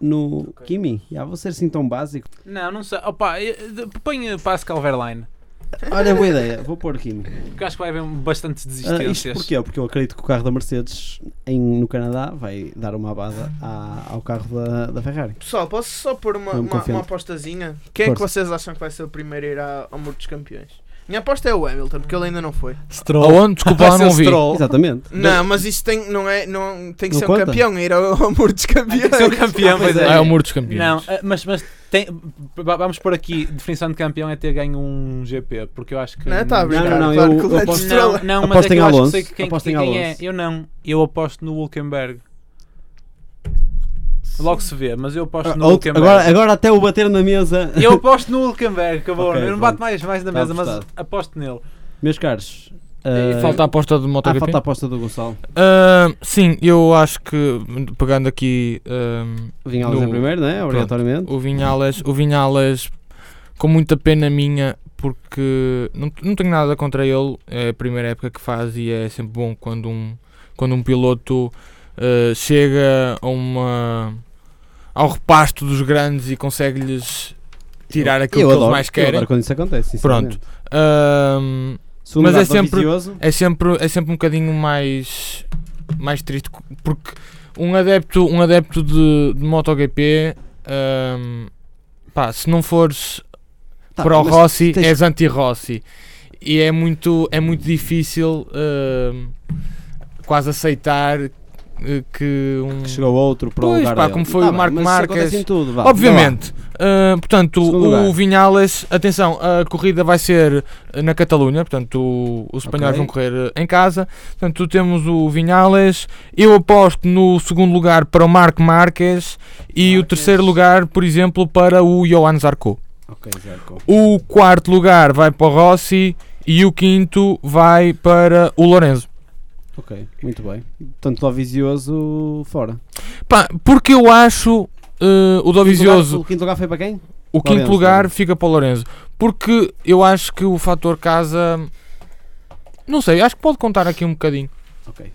Speaker 2: no Kimi. Já vou ser assim tão básico.
Speaker 3: Não, não sei. Opa, eh, de- põe eh, Pascal Verlaine.
Speaker 2: Olha, boa ideia, vou pôr Kimi.
Speaker 3: Porque acho que vai haver bastantes
Speaker 2: Ah, isto
Speaker 3: desistências.
Speaker 2: porquê? Porque eu acredito que o carro da Mercedes em- no Canadá vai dar uma abada à- ao carro da, da Ferrari.
Speaker 4: Pessoal, posso só pôr uma,
Speaker 2: Não me
Speaker 4: uma,
Speaker 2: confio.
Speaker 4: uma apostazinha? Quem é que
Speaker 2: Força.
Speaker 4: vocês acham que vai ser o primeiro a ir à- ao Muro dos Campeões? Minha aposta é o Hamilton, porque ele ainda não foi.
Speaker 1: Stroll.
Speaker 5: Aonde? Desculpa, lá
Speaker 1: Vai ser
Speaker 5: não vi.
Speaker 1: Stroll.
Speaker 2: Exatamente.
Speaker 4: Não, mas isso tem, não é, não, tem que
Speaker 2: Não
Speaker 4: ser
Speaker 2: conta?
Speaker 4: um campeão, ir ao, ao Muro dos Campeões.
Speaker 3: Ser o campeão, pois
Speaker 5: Ah,
Speaker 3: é.
Speaker 5: é o muro dos campeões.
Speaker 3: Não, ah, mas, mas tem- v- vamos por aqui, definição de campeão é ter ganho um GP, porque eu acho que.
Speaker 4: Não, é? Tá a brincar.
Speaker 2: não, não,
Speaker 4: claro
Speaker 2: eu-
Speaker 4: que o
Speaker 2: eu
Speaker 4: Lance
Speaker 2: aposto-
Speaker 4: Stroll-
Speaker 3: Não, não, mas é
Speaker 2: Apostem
Speaker 3: que eu acho que
Speaker 2: Alonso.
Speaker 3: sei que quem,
Speaker 2: Apostem
Speaker 3: quem é.
Speaker 2: Alonso.
Speaker 3: Eu não. Eu aposto no Hulkenberg. Logo se vê, mas eu aposto no
Speaker 2: Outro-
Speaker 3: Hulkenberg.
Speaker 2: Ah, agora, é- agora até o bater na mesa.
Speaker 3: Eu aposto no Hulkenberg, acabou.
Speaker 2: Ok,
Speaker 3: eu não
Speaker 2: pronto.
Speaker 3: bato mais, mais na
Speaker 2: Tá
Speaker 3: mesa, mas
Speaker 2: apostado.
Speaker 3: aposto nele.
Speaker 2: Meus caros,
Speaker 5: E
Speaker 2: ah,
Speaker 5: falta a aposta do
Speaker 2: ah,
Speaker 5: MotoGP?
Speaker 2: falta a aposta do Gonçalo.
Speaker 5: Ah, sim, eu acho que, pegando aqui ah,
Speaker 2: Vinhales
Speaker 5: No-
Speaker 2: em primeiro, não é? Obrigatoriamente.
Speaker 5: o Vinhalas, o Vinhalas, com muita pena minha, porque não, não tenho nada contra ele, é a primeira época que faz e é sempre bom quando um, quando um piloto eh, chega a uma, ao repasto dos grandes e consegue-lhes tirar aquilo
Speaker 2: eu
Speaker 5: que
Speaker 2: adoro,
Speaker 5: eles mais
Speaker 2: Eu
Speaker 5: querem.
Speaker 2: adoro quando isso acontece.
Speaker 5: Pronto.
Speaker 2: sinceramente.
Speaker 5: Ahm,
Speaker 2: Segundo
Speaker 5: Mas é
Speaker 2: lugar do
Speaker 5: sempre-
Speaker 2: Vizioso,
Speaker 5: é sempre, é sempre um bocadinho mais, mais triste co- porque um adepto, um adepto de, de MotoGP, ahm, pá, se não fores
Speaker 2: Tá,
Speaker 5: para o
Speaker 2: mas
Speaker 5: Rossi, é
Speaker 2: tens-
Speaker 5: és anti-Rossi e é muito, é muito difícil ahm, quase aceitar eh, que um.
Speaker 2: que chegou outro para o
Speaker 5: Pois,
Speaker 2: lugar
Speaker 5: pá,
Speaker 2: dele.
Speaker 5: como foi
Speaker 2: Tá
Speaker 5: o
Speaker 2: bem,
Speaker 5: Marco
Speaker 2: mas isso
Speaker 5: Marques.
Speaker 2: acontece em tudo, vá.
Speaker 5: Obviamente, ah, portanto,
Speaker 2: Segundo
Speaker 5: o
Speaker 2: lugar.
Speaker 5: Vinhales, atenção, a corrida vai ser eh, na Catalunha, portanto, o- os
Speaker 2: Ok.
Speaker 5: espanhóis vão correr eh, em casa. Portanto, temos o Vinhales, eu aposto no segundo lugar para o Marco Marques e o
Speaker 4: Marques.
Speaker 5: terceiro lugar, por exemplo, para o Johan Zarco.
Speaker 2: Vá. Ok, é Zarco.
Speaker 5: O quarto lugar vai para o Rossi e o quinto vai para o Lorenzo.
Speaker 2: Ok, muito bem. Portanto, Dovizioso fora.
Speaker 5: Pá, porque eu acho eh, o Dovizioso
Speaker 2: O quinto lugar foi para quem?
Speaker 5: O quinto
Speaker 2: Lourenço,
Speaker 5: lugar
Speaker 2: Lourenço.
Speaker 5: fica para o Lorenzo. Porque eu acho que o fator casa. Não sei, acho que pode contar aqui um bocadinho.
Speaker 2: Ok.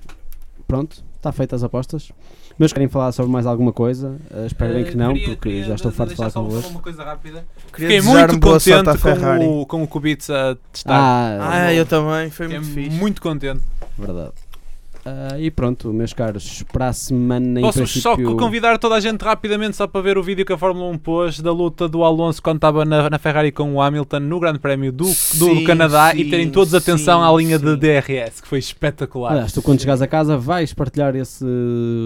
Speaker 2: Pronto, está feito as apostas. Meus querem falar sobre mais alguma coisa? Uh, espero bem que não, porque já estou farto de falar convosco.
Speaker 3: uma coisa rápida.
Speaker 4: Queria
Speaker 3: Fiquei
Speaker 4: desejar
Speaker 3: muito
Speaker 4: um boa sorte à
Speaker 3: contente
Speaker 4: Ferrari.
Speaker 3: com o, com o Kubica a testar.
Speaker 2: Ah,
Speaker 4: Ah, eu também, foi
Speaker 3: Fiquei
Speaker 4: muito fixe.
Speaker 3: É muito contente.
Speaker 2: verdade. Ah, e pronto, meus caros, para a semana em
Speaker 3: Posso
Speaker 2: princípio...
Speaker 3: só co- convidar toda a gente rapidamente só para ver o vídeo que a Fórmula 1 pôs da luta do Alonso quando estava na, na Ferrari com o Hamilton no Grande Prémio do, do
Speaker 4: Sim,
Speaker 3: Canadá e
Speaker 4: sim,
Speaker 3: terem todos atenção à linha
Speaker 4: sim.
Speaker 3: de DRS, que foi espetacular.
Speaker 2: Aliás, tu quando chegares a casa vais partilhar esse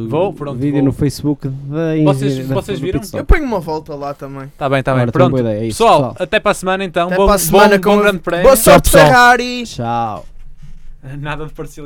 Speaker 3: Vou, pronto,
Speaker 2: vídeo
Speaker 3: vou.
Speaker 2: no Facebook da
Speaker 3: Vocês-
Speaker 2: da-
Speaker 3: vocês
Speaker 2: do
Speaker 3: viram?
Speaker 2: Pit Stop.
Speaker 4: Eu ponho uma volta lá também.
Speaker 3: Está Tá bem, está bem.
Speaker 2: Ora, tenho
Speaker 3: Pronto.
Speaker 2: boa ideia, é isso,
Speaker 3: pessoal,
Speaker 2: pessoal.
Speaker 3: até para a semana então.
Speaker 4: Até
Speaker 3: bom,
Speaker 4: para a semana
Speaker 3: bom,
Speaker 4: com
Speaker 3: bom Grande Prémio.
Speaker 4: Boa sorte,
Speaker 5: pessoal.
Speaker 4: Ferrari!
Speaker 2: Tchau.
Speaker 3: Nada de parcialidade.